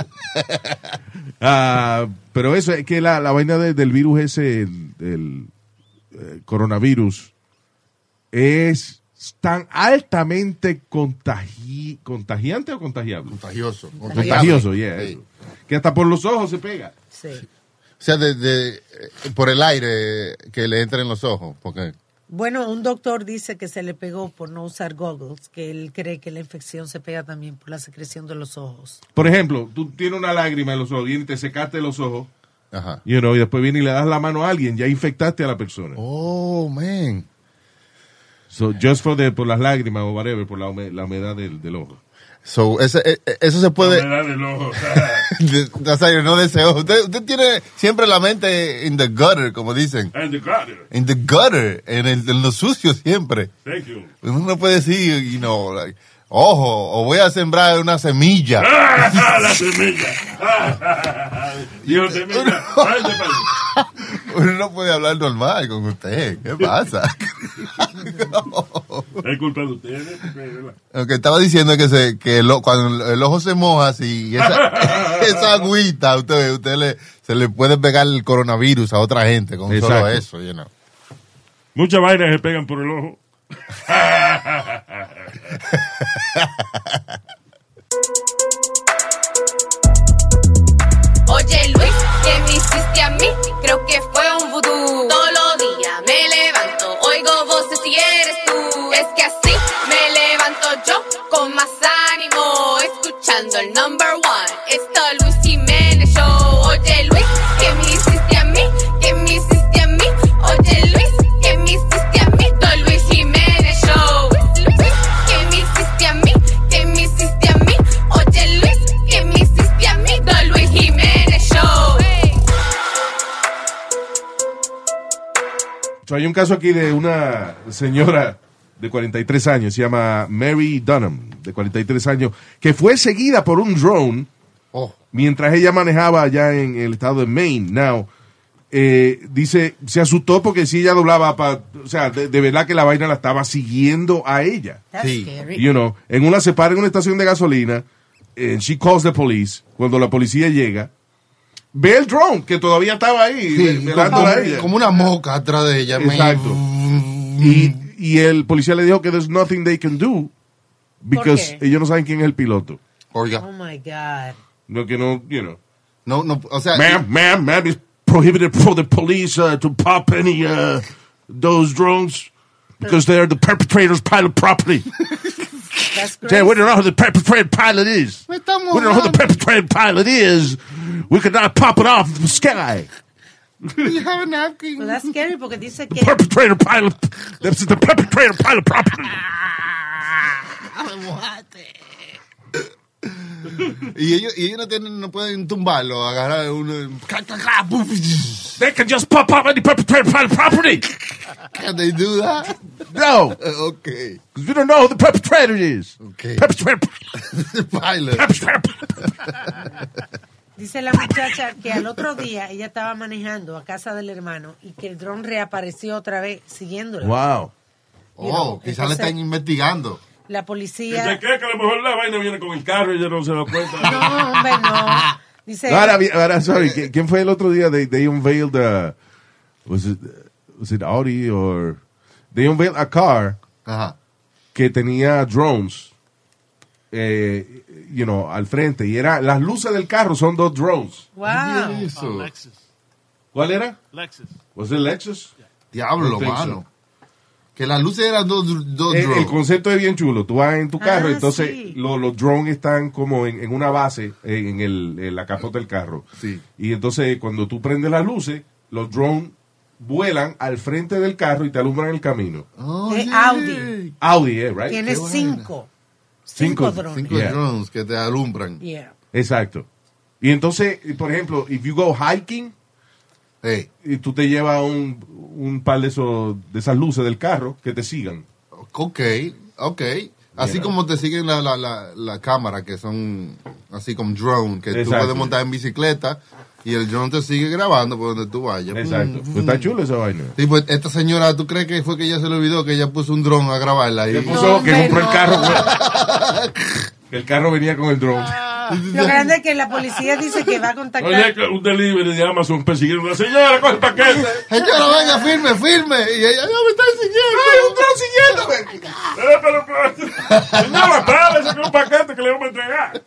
Ah, pero eso es que la, la vaina de- del virus ese, el, del, eh, coronavirus, es tan altamente contagi- contagiante o contagiable. Contagioso. Contagioso, yeah, Sí. eso. Que hasta por los ojos se pega. Sí. O sea, de, de- eh, por el aire que le entra en los ojos. Porque Bueno, un doctor dice que se le pegó por no usar goggles, que él cree que la infección se pega también por la secreción de los ojos. Por ejemplo, tú tienes una lágrima en los ojos y te secaste los ojos. You know, y después viene y le das la mano a alguien, ya infectaste a la persona. Oh, man. So, just for the, por las lágrimas o whatever, por la, hume- la humedad del, del ojo. So, ese- e- e- eso se puede. Me da del ojo. De- Nazario, no deseo. Usted, usted tiene siempre la mente in the gutter, como dicen. And the gutter. In the gutter, en, el, en lo sucio siempre. Thank you. Uno no puede decir, you know, like, ojo, o voy a sembrar una semilla. Ah, la semilla. Ah, ah, ah, Dios de mí. Vaya para allá. Uno no puede hablar normal con usted. ¿Qué pasa? Es culpa de ustedes. ¿verdad? Lo que estaba diciendo es que, se, que el o- cuando el ojo se moja así, y esa, esa agüita, usted, usted le, se le puede pegar el coronavirus a otra gente con Exacto. solo eso, you know. Muchas vainas se pegan por el ojo. Oye Luis, ¿qué me hiciste a mí? Creo que fue un vudú. Todos los días me levanto, oigo voces y eres tú. Es que así me levanto yo con más ánimo, escuchando el number one. Esto Luis Jiménez Show. Oye Luis, ¿qué me hiciste a mí? ¿Qué me hiciste a mí? Oye Luis, ¿qué me hiciste a mí? Don Luis Jiménez Show. Luis, Luis, ¿qué me hiciste a mí? ¿Qué me hiciste a mí? Oye Luis, ¿qué me hiciste a mí? Don Luis Jiménez Show. So, hay un caso aquí de una señora de 43 años, se llama Mary Dunham, de 43 años, que fue seguida por un drone mientras ella manejaba allá en el estado de Maine. Now, eh, dice, se asustó porque si ella doblaba, pa- o sea, de, de verdad que la vaina la estaba siguiendo a ella. You know, en una se para en una estación de gasolina, and she calls the police. Cuando la policía llega, ve el drone que todavía estaba ahí, ve- velándola a como, ella. como una mosca atrás de ella. man. Exacto. Y, y el policía le dijo que there's nothing they can do because ¿Por qué? ellos no saben quién es el piloto. Oiga. Oh my God. No, que no, you know. No, no, o sea. Ma'am, ma'am, ma'am, it's prohibited for the police uh, to pop any uh, those drones because they're the perpetrator's pilot property. Yeah, we don't know who the perpetrator pilot is. Me está We don't know who the mojando. perpetrator pilot is. We could not pop it off the sky. Well, that's scary porque dice que Perpetrator pilot. This is the perpetrator pilot property. Y ellos, y ellos no, tienen, no pueden tumbarlo, agarrar uno. They can just pop up any perpetrator pilot property. Can they do that? No. Okay. Because we don't know who the perpetrator is. Okay. Perpetrator. pilot. Dice la muchacha que al otro día ella estaba manejando a casa del hermano y que el dron reapareció otra vez siguiéndola. Wow. Oh, quizás le están investigando. La ¿Y se policía. cree que a lo mejor la vaina viene con el carro y ella no se da cuenta? No, hombre, no. Dice. Ahora, vi- ahora, sorry, ¿qui- ¿quién fue el otro día? They, they unveiled, uh, was it, was it Audi or, they unveiled a car que tenía drones, eh, you know, al frente. Y era, las luces del carro son dos drones. Wow. Oh, Lexus. ¿Cuál era? Lexus. Was it Lexus? Diablo, I think so. mano. Que las luces eran dos, dos Eh, El, el drones. concepto es bien chulo. Tú vas en tu Ah, carro, entonces sí. lo- los drones están como en, en una base eh, en, el, en la capota del carro. Y entonces cuando tú prendes las luces, los drones vuelan al frente del carro y te alumbran el camino. Ah. Es Audi. Audi, eh, right? Tiene cinco. Cinco drones. Cinco Yeah. drones que te alumbran. Yeah. Exacto. Y entonces, y por ejemplo, if you go hiking, y tú te llevas un, un par de, esos, de esas luces del carro que te sigan. Ok, ok. Así como te siguen la, la, la, la cámara, que son así como drone, que tú Exacto. puedes montar en bicicleta y el drone te sigue grabando por donde tú vayas. Exacto. Mm, Pues está chulo esa vaina. Sí, pues esta señora, ¿tú crees que fue que ella se le olvidó que ella puso un dron a grabarla? Y... Que puso- que compró el carro. Que el carro venía con el drone. Lo grande es que la policía dice que va a Oye, contactar. que un delivery de Amazon persiguieron a la señora con el paquete. Señora, venga, firme, firme. Y ella, no, me está siguiendo. ¡Ay, un dron siguiéndome! Eh, pero, pero, señora, para, sacó un paquete que le vamos a entregar.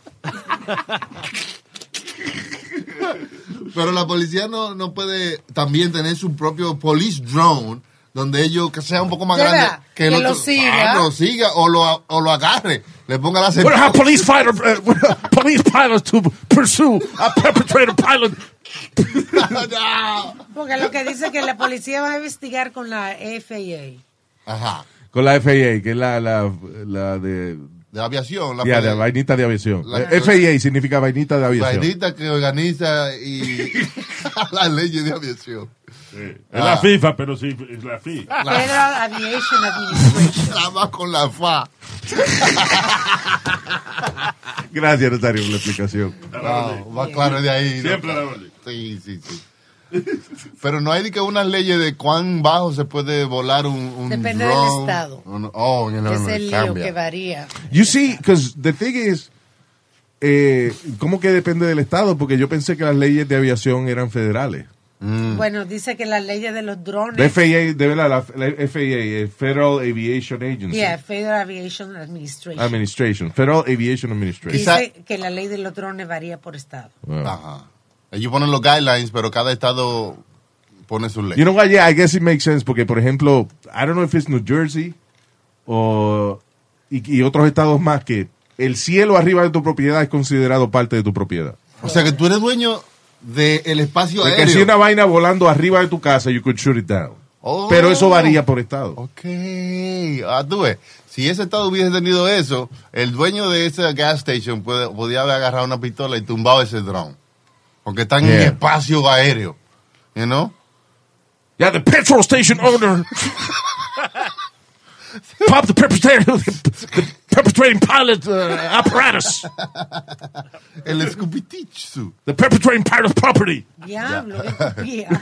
Pero la policía no, no puede también tener su propio police drone donde ellos, que sea un poco más Ya grande, vea, que el que otro lo siga. Ah, lo siga o lo, a- o lo agarre, le ponga la We'll have police fighter, eh, uh, we'll have police pilots to pursue a perpetrator pilot. Porque lo que dice que la policía va a investigar con la FAA. Ajá. Con la FAA, que es la, la, la de... De aviación, la, Ya, de la vainita de aviación. La- Eh, FAA significa vainita de aviación. vainita que organiza y las leyes de aviación. Es Ah. la FIFA, pero sí, es la FIFA. Federal Aviation Administration. Trabaja con la FA. Gracias, Rosario, por la explicación. Wow, va claro de ahí. ¿no? Siempre a la Sí, sí, sí. Pero no hay ni que unas leyes de cuán bajo se puede volar un, un Depende del drone. estado. Un- Oh, en el, Que es el lío cambia. que varía. You see, because the thing is, eh, ¿cómo que depende del Estado? Porque yo pensé que las leyes de aviación eran federales. Bueno, dice que las leyes de los drones. La FAA, de verdad, la, la FAA, eh, Federal Aviation Agency. Yeah, Federal Aviation Administration. Administration. Federal Aviation Administration. Dice que la ley de los drones varía por estado. Ajá. Ellos ponen los guidelines, pero cada estado pone sus leyes. You know what? Yeah, I guess it makes sense porque, por ejemplo, I don't know if it's New Jersey o y, y otros estados más que el cielo arriba de tu propiedad es considerado parte de tu propiedad. O sea que tú eres dueño del espacio De que aéreo. si una vaina volando arriba de tu casa, you could shoot it down. Oh. Pero eso varía por estado. Ok. Ah, tú ves. Si ese estado hubiese tenido eso, el dueño de esa gas station puede, podía haber agarrado una pistola y tumbado ese drone. Porque están en Yeah. espacio aéreo. You know? Yeah, the petrol station owner. Pop the perpetrator, the, perpetrating pilot uh, apparatus. El escupitichu. The perpetrating pilot's property Diablo, qué copia.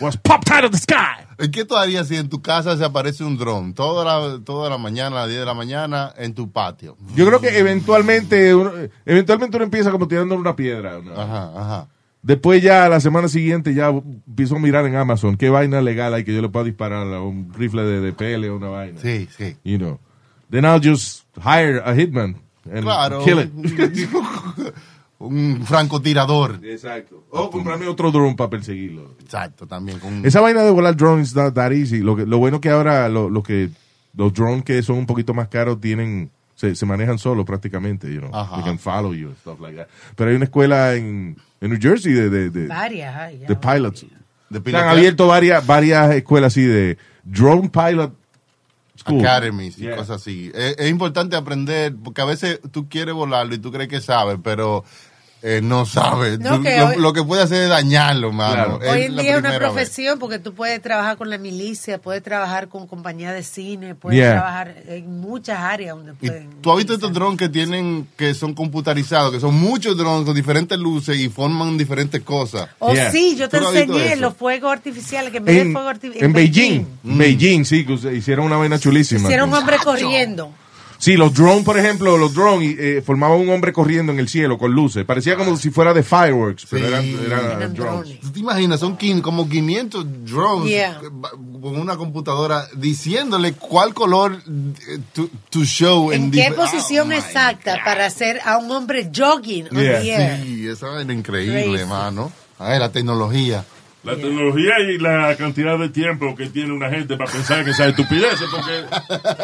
was popped out of the sky. ¿Y ¿Qué tú harías si en tu casa se aparece un drone? Toda la, toda la mañana, a las 10 de la mañana, en tu patio. Yo creo que eventualmente uno, eventualmente uno empieza como tirando una piedra. ¿no? Ajá, ajá. Después ya la semana siguiente ya empiezo a mirar en Amazon qué vaina legal hay que yo le pueda disparar a un rifle de DPL o una vaina. Sí, sí. You know. Then I'll just hire a hitman and Claro. kill it. un francotirador. Exacto. O comprarme otro drone para perseguirlo. Exacto, también. Con un- Esa vaina de volar drones not that easy. Lo, que- lo bueno que ahora lo, lo que los drones que son un poquito más caros tienen se, se manejan solos prácticamente, you know. Ajá. They can follow you and stuff like that. Pero hay una escuela en, en New Jersey de, de, de, Varias, ay, ya. de pilots. Se han pilotear. abierto varias varias escuelas así de drone pilot school. academies y cosas así. Eh, Es, es importante aprender, porque a veces tú quieres volarlo y tú crees que sabes, pero eh, no sabes. No, Tú- que lo, hoy- lo que puede hacer es dañarlo, mano. Claro. Es Hoy en la día es una primera vez. profesión porque tú puedes trabajar con la milicia, puedes trabajar con compañía de cine, puedes Yeah. trabajar en muchas áreas donde Y pueden. tú has visto estos drones que tienen, que son computarizados, que son muchos drones con diferentes luces y forman diferentes cosas. Oh, sí, yo te ¿Tú no has visto enseñé eso? los fuegos artificiales que en vez de En, fuego arti- en Beijing, Beijing, sí, que se- hicieron una vaina chulísima. hicieron un hombre corriendo. Sí, los drones, por ejemplo, los drones eh, formaban un hombre corriendo en el cielo con luces. Parecía como si fuera de fireworks, pero eran, eran drones. ¿Tú te imaginas? Son quin- como 500 drones Yeah. eh, ba- con una computadora diciéndole cuál color eh, to, to show. ¿En en qué dif- posición exacta para hacer a un hombre jogging? Oh, on Oh, Yeah. the air? Ah, Sí, esa era increíble, Crazy. hermano. Ay, la tecnología. La tecnología y la cantidad de tiempo que tiene una gente para pensar que esa estupidez, porque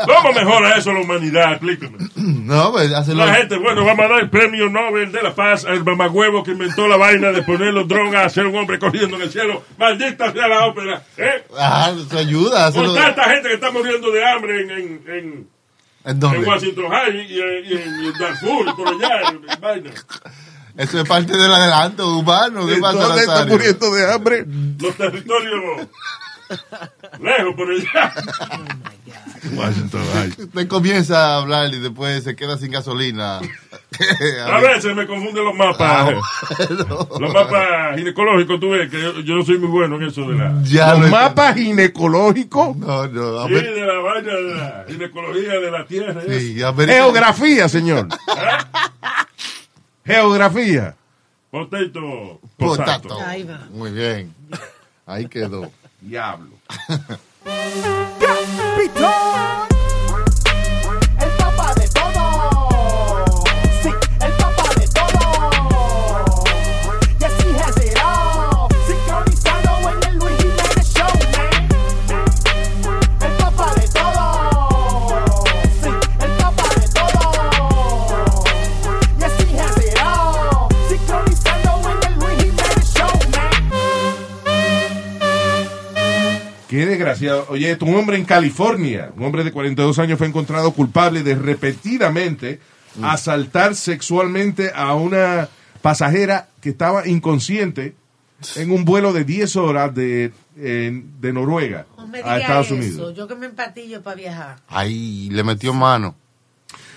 ¿cómo mejora eso la humanidad? Explícame. No, pues hacerlo. La gente, bueno, vamos a dar el premio Nobel de la Paz al mamagüevo que inventó la vaina de poner los drones a hacer un hombre corriendo en el cielo. Maldita sea la ópera, ¿eh? Ah, eso ayuda. Con hacerlo- tanta gente que está muriendo de hambre en, en, en, ¿En dónde? en Washington High y, en- y en, y en Darfur, por allá, en- en vaina. Eso es parte del adelanto humano. ¿Qué pasa, ¿Dónde está Nazario? muriendo de hambre? Los territorios lejos, por allá. Washington, Usted comienza a hablar y después se queda sin gasolina. A veces me confunden los mapas. Ah, Los mapas ginecológicos, tú ves que yo, yo no soy muy bueno en eso de la. Ya ¿Los lo- mapas ginecológicos? No, no. Sí, de la vaina de la ginecología de la tierra. y eso. ¿Ah? Geografía, señor. Geografía. Potato. Potato. Ahí va. Muy bien. Ahí quedó. Diablo. El papá de todo. Sí, el papá de todo. Y así has it all. Sincronizado en el Luis Jiménez Show, man. Qué desgraciado. Oye, esto, un hombre en California, un hombre de 42 años fue encontrado culpable de repetidamente asaltar sexualmente a una pasajera que estaba inconsciente en un vuelo de 10 horas de, en- de Noruega No me a digas Estados eso. Unidos. Yo que me empatillo para viajar. Oh, Ahí le metió mano.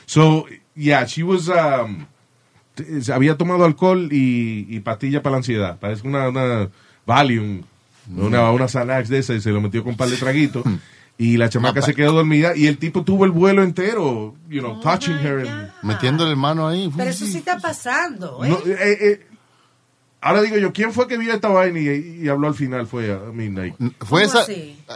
So, yeah, she was. um, t- había tomado alcohol y, y pastilla para la ansiedad. Parece una, una Valium, una, una Xanax de esa, y se lo metió con un par de traguitos. Y la chamaca se quedó dormida y el tipo tuvo el vuelo entero, you know, touching her. Metiéndole mano ahí. Ah. Pero eso sí está pasando. ¿eh? ahora digo yo, ¿quién fue que vio esta vaina y, y habló al final? Fue a Midnight. Fue esa,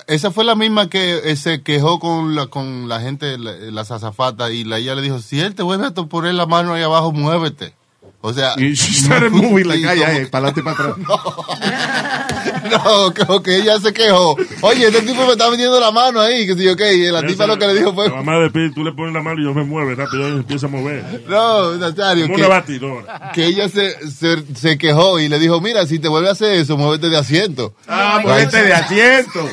esa fue la misma que eh, se quejó con la, con la gente, la, las azafatas, y la ella le dijo, si él te vuelve a to- poner la mano ahí abajo, muévete. O sea... Y she started moving like, Sí, ay, como ay, para adelante para atrás. No, creo que ella se quejó. Oye, este tipo me está metiendo la mano ahí. Que sí, ok. Y la Esa- tipa lo que le dijo pues. fue. La mamá de Pete, tú le pones la mano y yo me mueve, rápido, yo empiezo a mover. No, Nazario. Como que, una batidora. que ella se, se, se quejó y le dijo: Mira, si te vuelve a hacer eso, muévete de asiento. Ah, muévete de asiento.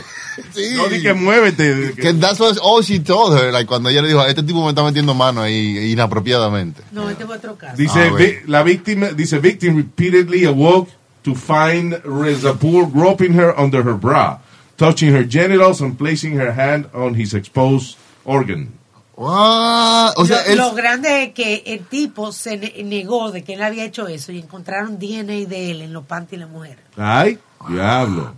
No di que muévete. Que that's what, all she told her. Like, cuando ella le dijo: Este tipo me está metiendo mano ahí inapropiadamente. No, este fue otro caso. Dice, Ah, bueno. vi- la víctima, dice, victim repeatedly awoke to find Rezapour groping her under her bra, touching her genitals and placing her hand on his exposed organ. O sea, lo, es- lo grande es que el tipo se ne- negó de que él había hecho eso y encontraron DNA de él en los panties de la mujer. Ay, diablo.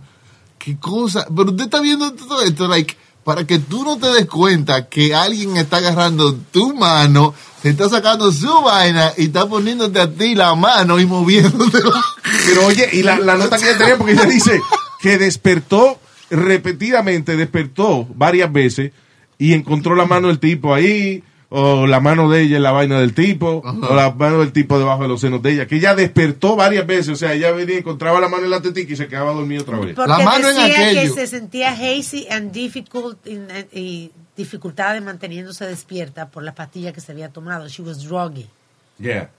Qué cosa. Pero usted está viendo todo esto, like, para que tú no te des cuenta que alguien está agarrando tu mano, te está sacando su vaina y está poniéndote a ti la mano y moviéndote. Pero oye, y la, la nota que ella tenía, porque ella dice que despertó repetidamente, despertó varias veces y encontró la mano del tipo ahí, o la mano de ella en la vaina del tipo, o la mano del tipo debajo de los senos de ella, que ella despertó varias veces, o sea, ella venía, encontraba la mano en la tetica y se quedaba dormida otra vez. Porque decía que se sentía hazy and difficult in- eh, y dificultades manteniéndose despierta por las pastillas que se había tomado. She was druggy. Yeah.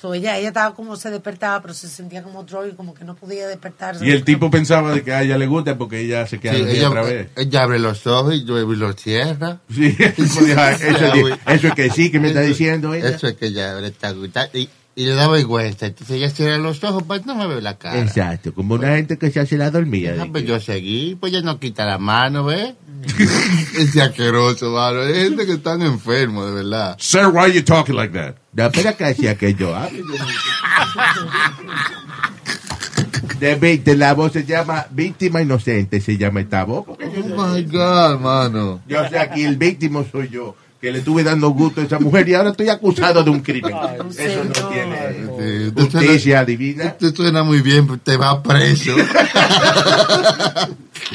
So ella, ella estaba como se despertaba, pero se sentía como druggy, como que no podía despertarse. Y el tipo pensaba de que a ella le gusta porque ella se queda Sí, dormida ella- otra vez. Ella abre los ojos y yo y los cierra. Sí, eso, dijo, eso di- eso es que sí, que me está diciendo ella. Eso es que ya le está gustando. Y, y le da vergüenza. Entonces ella cierra los ojos, pues no me ve la cara. Exacto, como una gente que se hace la dormida. Ah, pues yo seguí, pues ya no quita la mano, ¿ves? es Este asqueroso, mano. Hay gente que están enfermos, de verdad. Sir, why you talking like that? No, pero que hacía que yo. De víctima, la voz se llama víctima inocente, se llama esta voz. Oh my God, mano. Yo, o sea, que el víctima soy yo, que le estuve dando gusto a esa mujer y ahora estoy acusado de un crimen. Eso no tiene justicia divina. Esto suena muy bien, pero te va preso.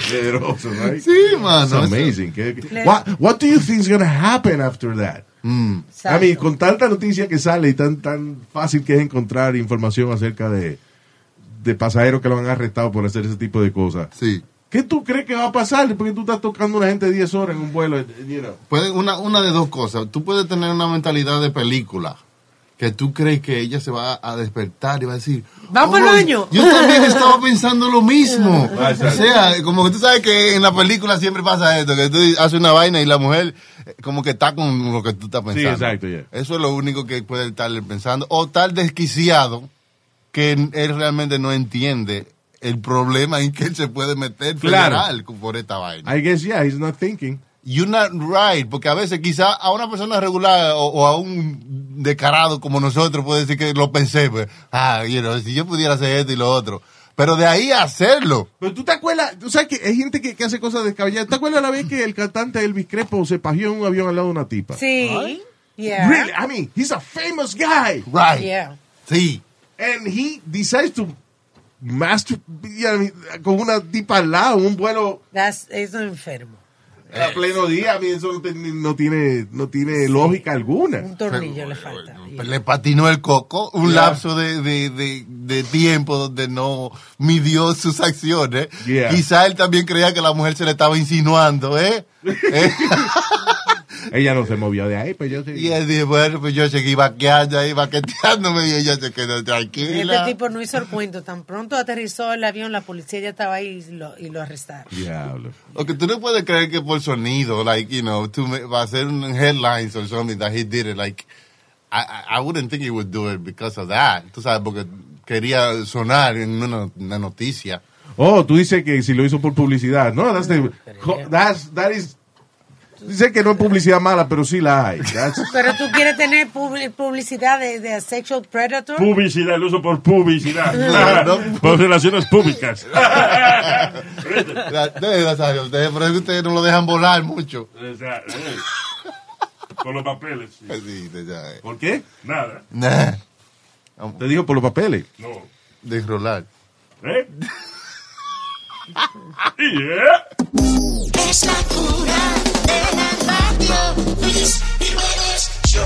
Poderoso, right? Sí, mano, It's eso- amazing. Que- Le- What, what do you think is going to happen after that? Mm, I mean, con tanta noticia que sale y tan, tan fácil que es encontrar información acerca de, de pasajeros que lo han arrestado por hacer ese tipo de cosas. Sí. ¿Qué tú crees que va a pasar? Porque tú estás tocando a una gente 10 horas en un vuelo. eh, You know. Puede- una, una de dos cosas. Tú puedes tener una mentalidad de película que tú crees que ella se va a despertar y va a decir, ¡Vamos al "Oh, baño!" Yo también estaba pensando lo mismo. Ah, o exacto. sea, como que tú sabes que en la película siempre pasa esto, que tú haces una vaina y la mujer eh, como que está con lo que tú estás pensando. exacto, ya. Eso es lo único que puede estarle pensando. O tal desquiciado que n- él realmente no entiende el problema en que él se puede meter Claro. federal por esta vaina. I guess, yeah, he's not thinking. You're not right, porque a veces quizá a una persona regular o, o a un descarado como nosotros puede decir que lo pensé, pues, ah, you know, si yo pudiera hacer esto y lo otro. Pero de ahí a hacerlo. Pero tú te acuerdas, tú sabes que hay gente que, que hace cosas descabelladas. ¿Te acuerdas la vez que el cantante Elvis Crespo se pajeó en un avión al lado de una tipa? Sí. ¿eh? Yeah. Really? I mean, he's a famous guy. Right. Yeah. Sí. And he decides to master I mean, con una tipa al lado, un vuelo That's, eso es enfermo. Eh. a pleno día. A mí eso no, te- no tiene, no tiene lógica alguna. Un tornillo le falta. Le patinó el coco, un Yeah. lapso de, de- de- de tiempo donde no midió sus acciones. Yeah. Quizá él también creía que la mujer se le estaba insinuando, ¿eh? ¿Eh? Ella no se movió de ahí, pues yo sí. Y él dice, bueno, pues yo seguí vaqueando ahí, vaqueteándome y ella se quedó Este tranquila. tipo no hizo el cuento. Tan pronto aterrizó el avión, la policía ya estaba ahí y lo, y lo arrestaron. Diablo. Lo que tú no puedes creer que por sonido, like, you know, to ma- va a ser un headlines or something that he did it, like, I, I- I wouldn't think he would do it because of that. Tú sabes, porque quería sonar en una, una noticia. Oh, tú dices que si lo hizo por publicidad. No, that's the- jo- that's- that is- Dice que no es publicidad mala, pero sí la hay. That's- Pero tú quieres tener pub- publicidad de, de sexual predator. Publicidad, el uso por publicidad. Por relaciones públicas. That- no, Nazario, ustedes, por eso ustedes no lo dejan volar mucho. Exacto. eh, Por los papeles. sí. eh. ¿Por qué? Nada. Nah. Te dijo por los papeles. No. Desrolar. ¿Eh? Yeah. Es la cura del barrio, Luis Jiménez Show.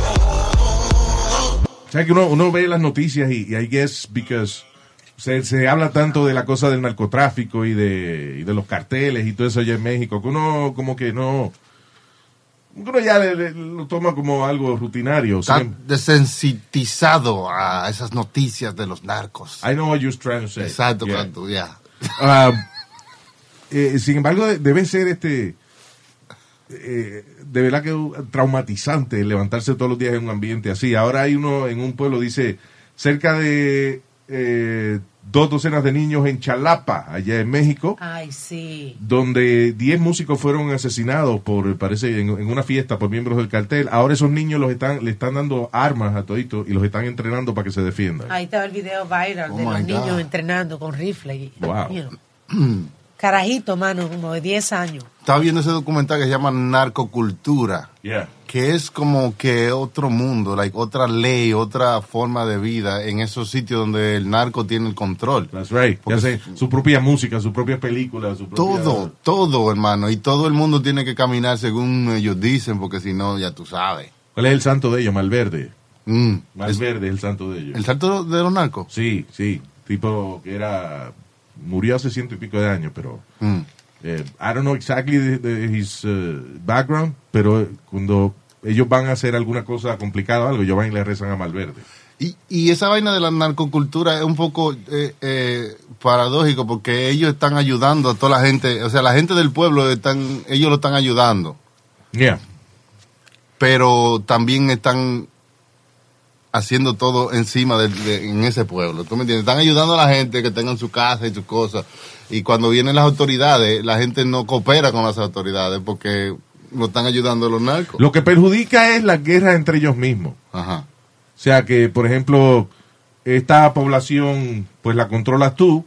O sea que uno, uno ve las noticias y, y I guess because se, se habla tanto de la cosa del narcotráfico y de, y de los carteles y todo eso allá en México, que uno como que no... Uno ya le- le- lo toma como algo rutinario. Está siempre. desensitizado a esas noticias de los narcos. I know what you're trying to say. Exacto, Ah, Yeah. exacto, ya. Ah, eh, sin embargo, de- debe ser este... eh, de verdad que uh, traumatizante levantarse todos los días en un ambiente así. Ahora hay uno en un pueblo, dice, cerca de eh, dos docenas de niños en Chalapa, allá en México, Ay, sí. donde 10 músicos fueron asesinados por, parece, en, en una fiesta por miembros del cartel. Ahora esos niños los están, le están dando armas a toditos y los están entrenando para que se defiendan. Ahí estaba el video viral Oh, de los my niños God. entrenando con rifle. y- Wow. you know. Carajito, mano, como de 10 años. Estaba viendo ese documental que se llama Narcocultura, Yeah. que es como que otro mundo, like, otra ley, otra forma de vida en esos sitios donde el narco tiene el control. That's right. Ya sé, su propia música, su propia película, su propia... Todo, todo, hermano. Y todo el mundo tiene que caminar según ellos dicen, porque si no, ya tú sabes. ¿Cuál es el santo de ellos? Malverde. Mm, Malverde es el santo de ellos. ¿El santo de los narcos? Sí, sí. Tipo que era... Murió hace ciento y pico de años, pero... Mm. eh, I don't know exactly the- the- his eh, background, pero cuando ellos van a hacer alguna cosa complicada o algo, ellos van y le rezan a Malverde. Y, y esa vaina de la narcocultura es un poco eh, eh, paradójico porque ellos están ayudando a toda la gente, o sea, la gente del pueblo están, ellos lo están ayudando, Yeah. pero también están haciendo todo encima del- de- en ese pueblo, ¿tú me entiendes? Están ayudando a la gente que tengan su casa y sus cosas y cuando vienen las autoridades, la gente no coopera con las autoridades porque lo están ayudando los narcos. Lo que perjudica es las guerras entre ellos mismos. Ajá. O sea que, por ejemplo, esta población, pues la controlas tú.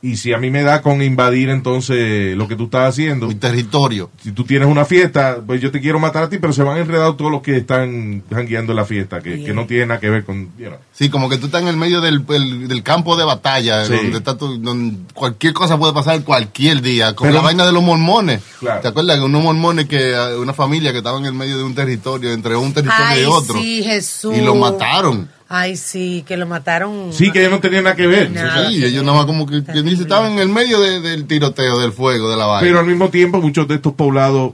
Y si a mí me da con invadir entonces lo que tú estás haciendo. Mi territorio. Si tú tienes una fiesta, pues yo te quiero matar a ti, pero se van enredados todos los que están jangueando en la fiesta, que, que no tiene nada que ver con... you know. Sí, como que tú estás en el medio del, el- del campo de batalla, Sí. donde está tu- donde cualquier cosa puede pasar cualquier día, como Pero- la vaina de los mormones. Claro. ¿Te acuerdas que unos mormones que ah, una familia que estaba en el medio de un territorio, entre un territorio Ay, y otro, sí, Jesús. y lo mataron? Ay, sí, que lo mataron. Sí, que ellos no tenían nada que ver. Nada. Sí, ellos nada más como que, que dice, estaban en el medio de- del tiroteo, del fuego, de la vaina. Pero al mismo tiempo muchos de estos poblados,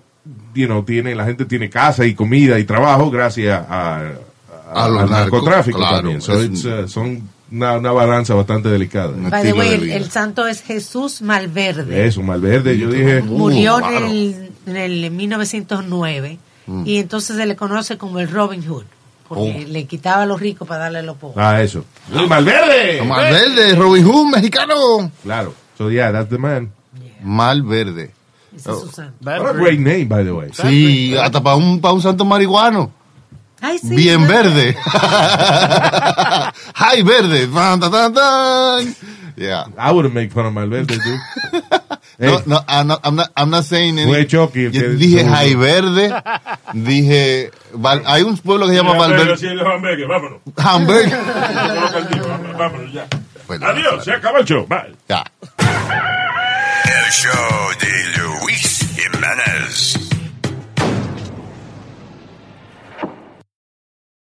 you know, tiene, la gente tiene casa y comida y trabajo gracias a, a- A los al narcotráfico narcos, claro. también. So Es- it's, uh, son una, una balanza bastante delicada. By the way, el, el santo es Jesús Malverde. Eso, Malverde, yo dije... Murió uh, en, claro. el, en el 1909 Mm. y entonces se le conoce como el Robin Hood, porque Oh. le quitaba a los ricos para darle a los pobres. Ah, eso. ¡El Malverde! Malverde, Robin Hood, mexicano. Claro. So yeah, that's the man. Malverde. What a great name, by the way. Sí, hasta para un, para un santo marihuano. Ay, sí, Bien ¿no? verde. High verde. Tan, tan, tan, tan. Yeah. I wouldn't make fun of Malverde, dude. No, no, I'm not, I'm not, I'm not saying any- Fue Chucky el Yo que- dije High Verde, dije... Val- hay un pueblo que se llama Mira, pero Valverde. sí, los hamburgues, vámonos. Hamburg. Vamos al tipo, vámonos, vámonos ya. Adiós, se acabó el show. Bye. Ya. El show de Luis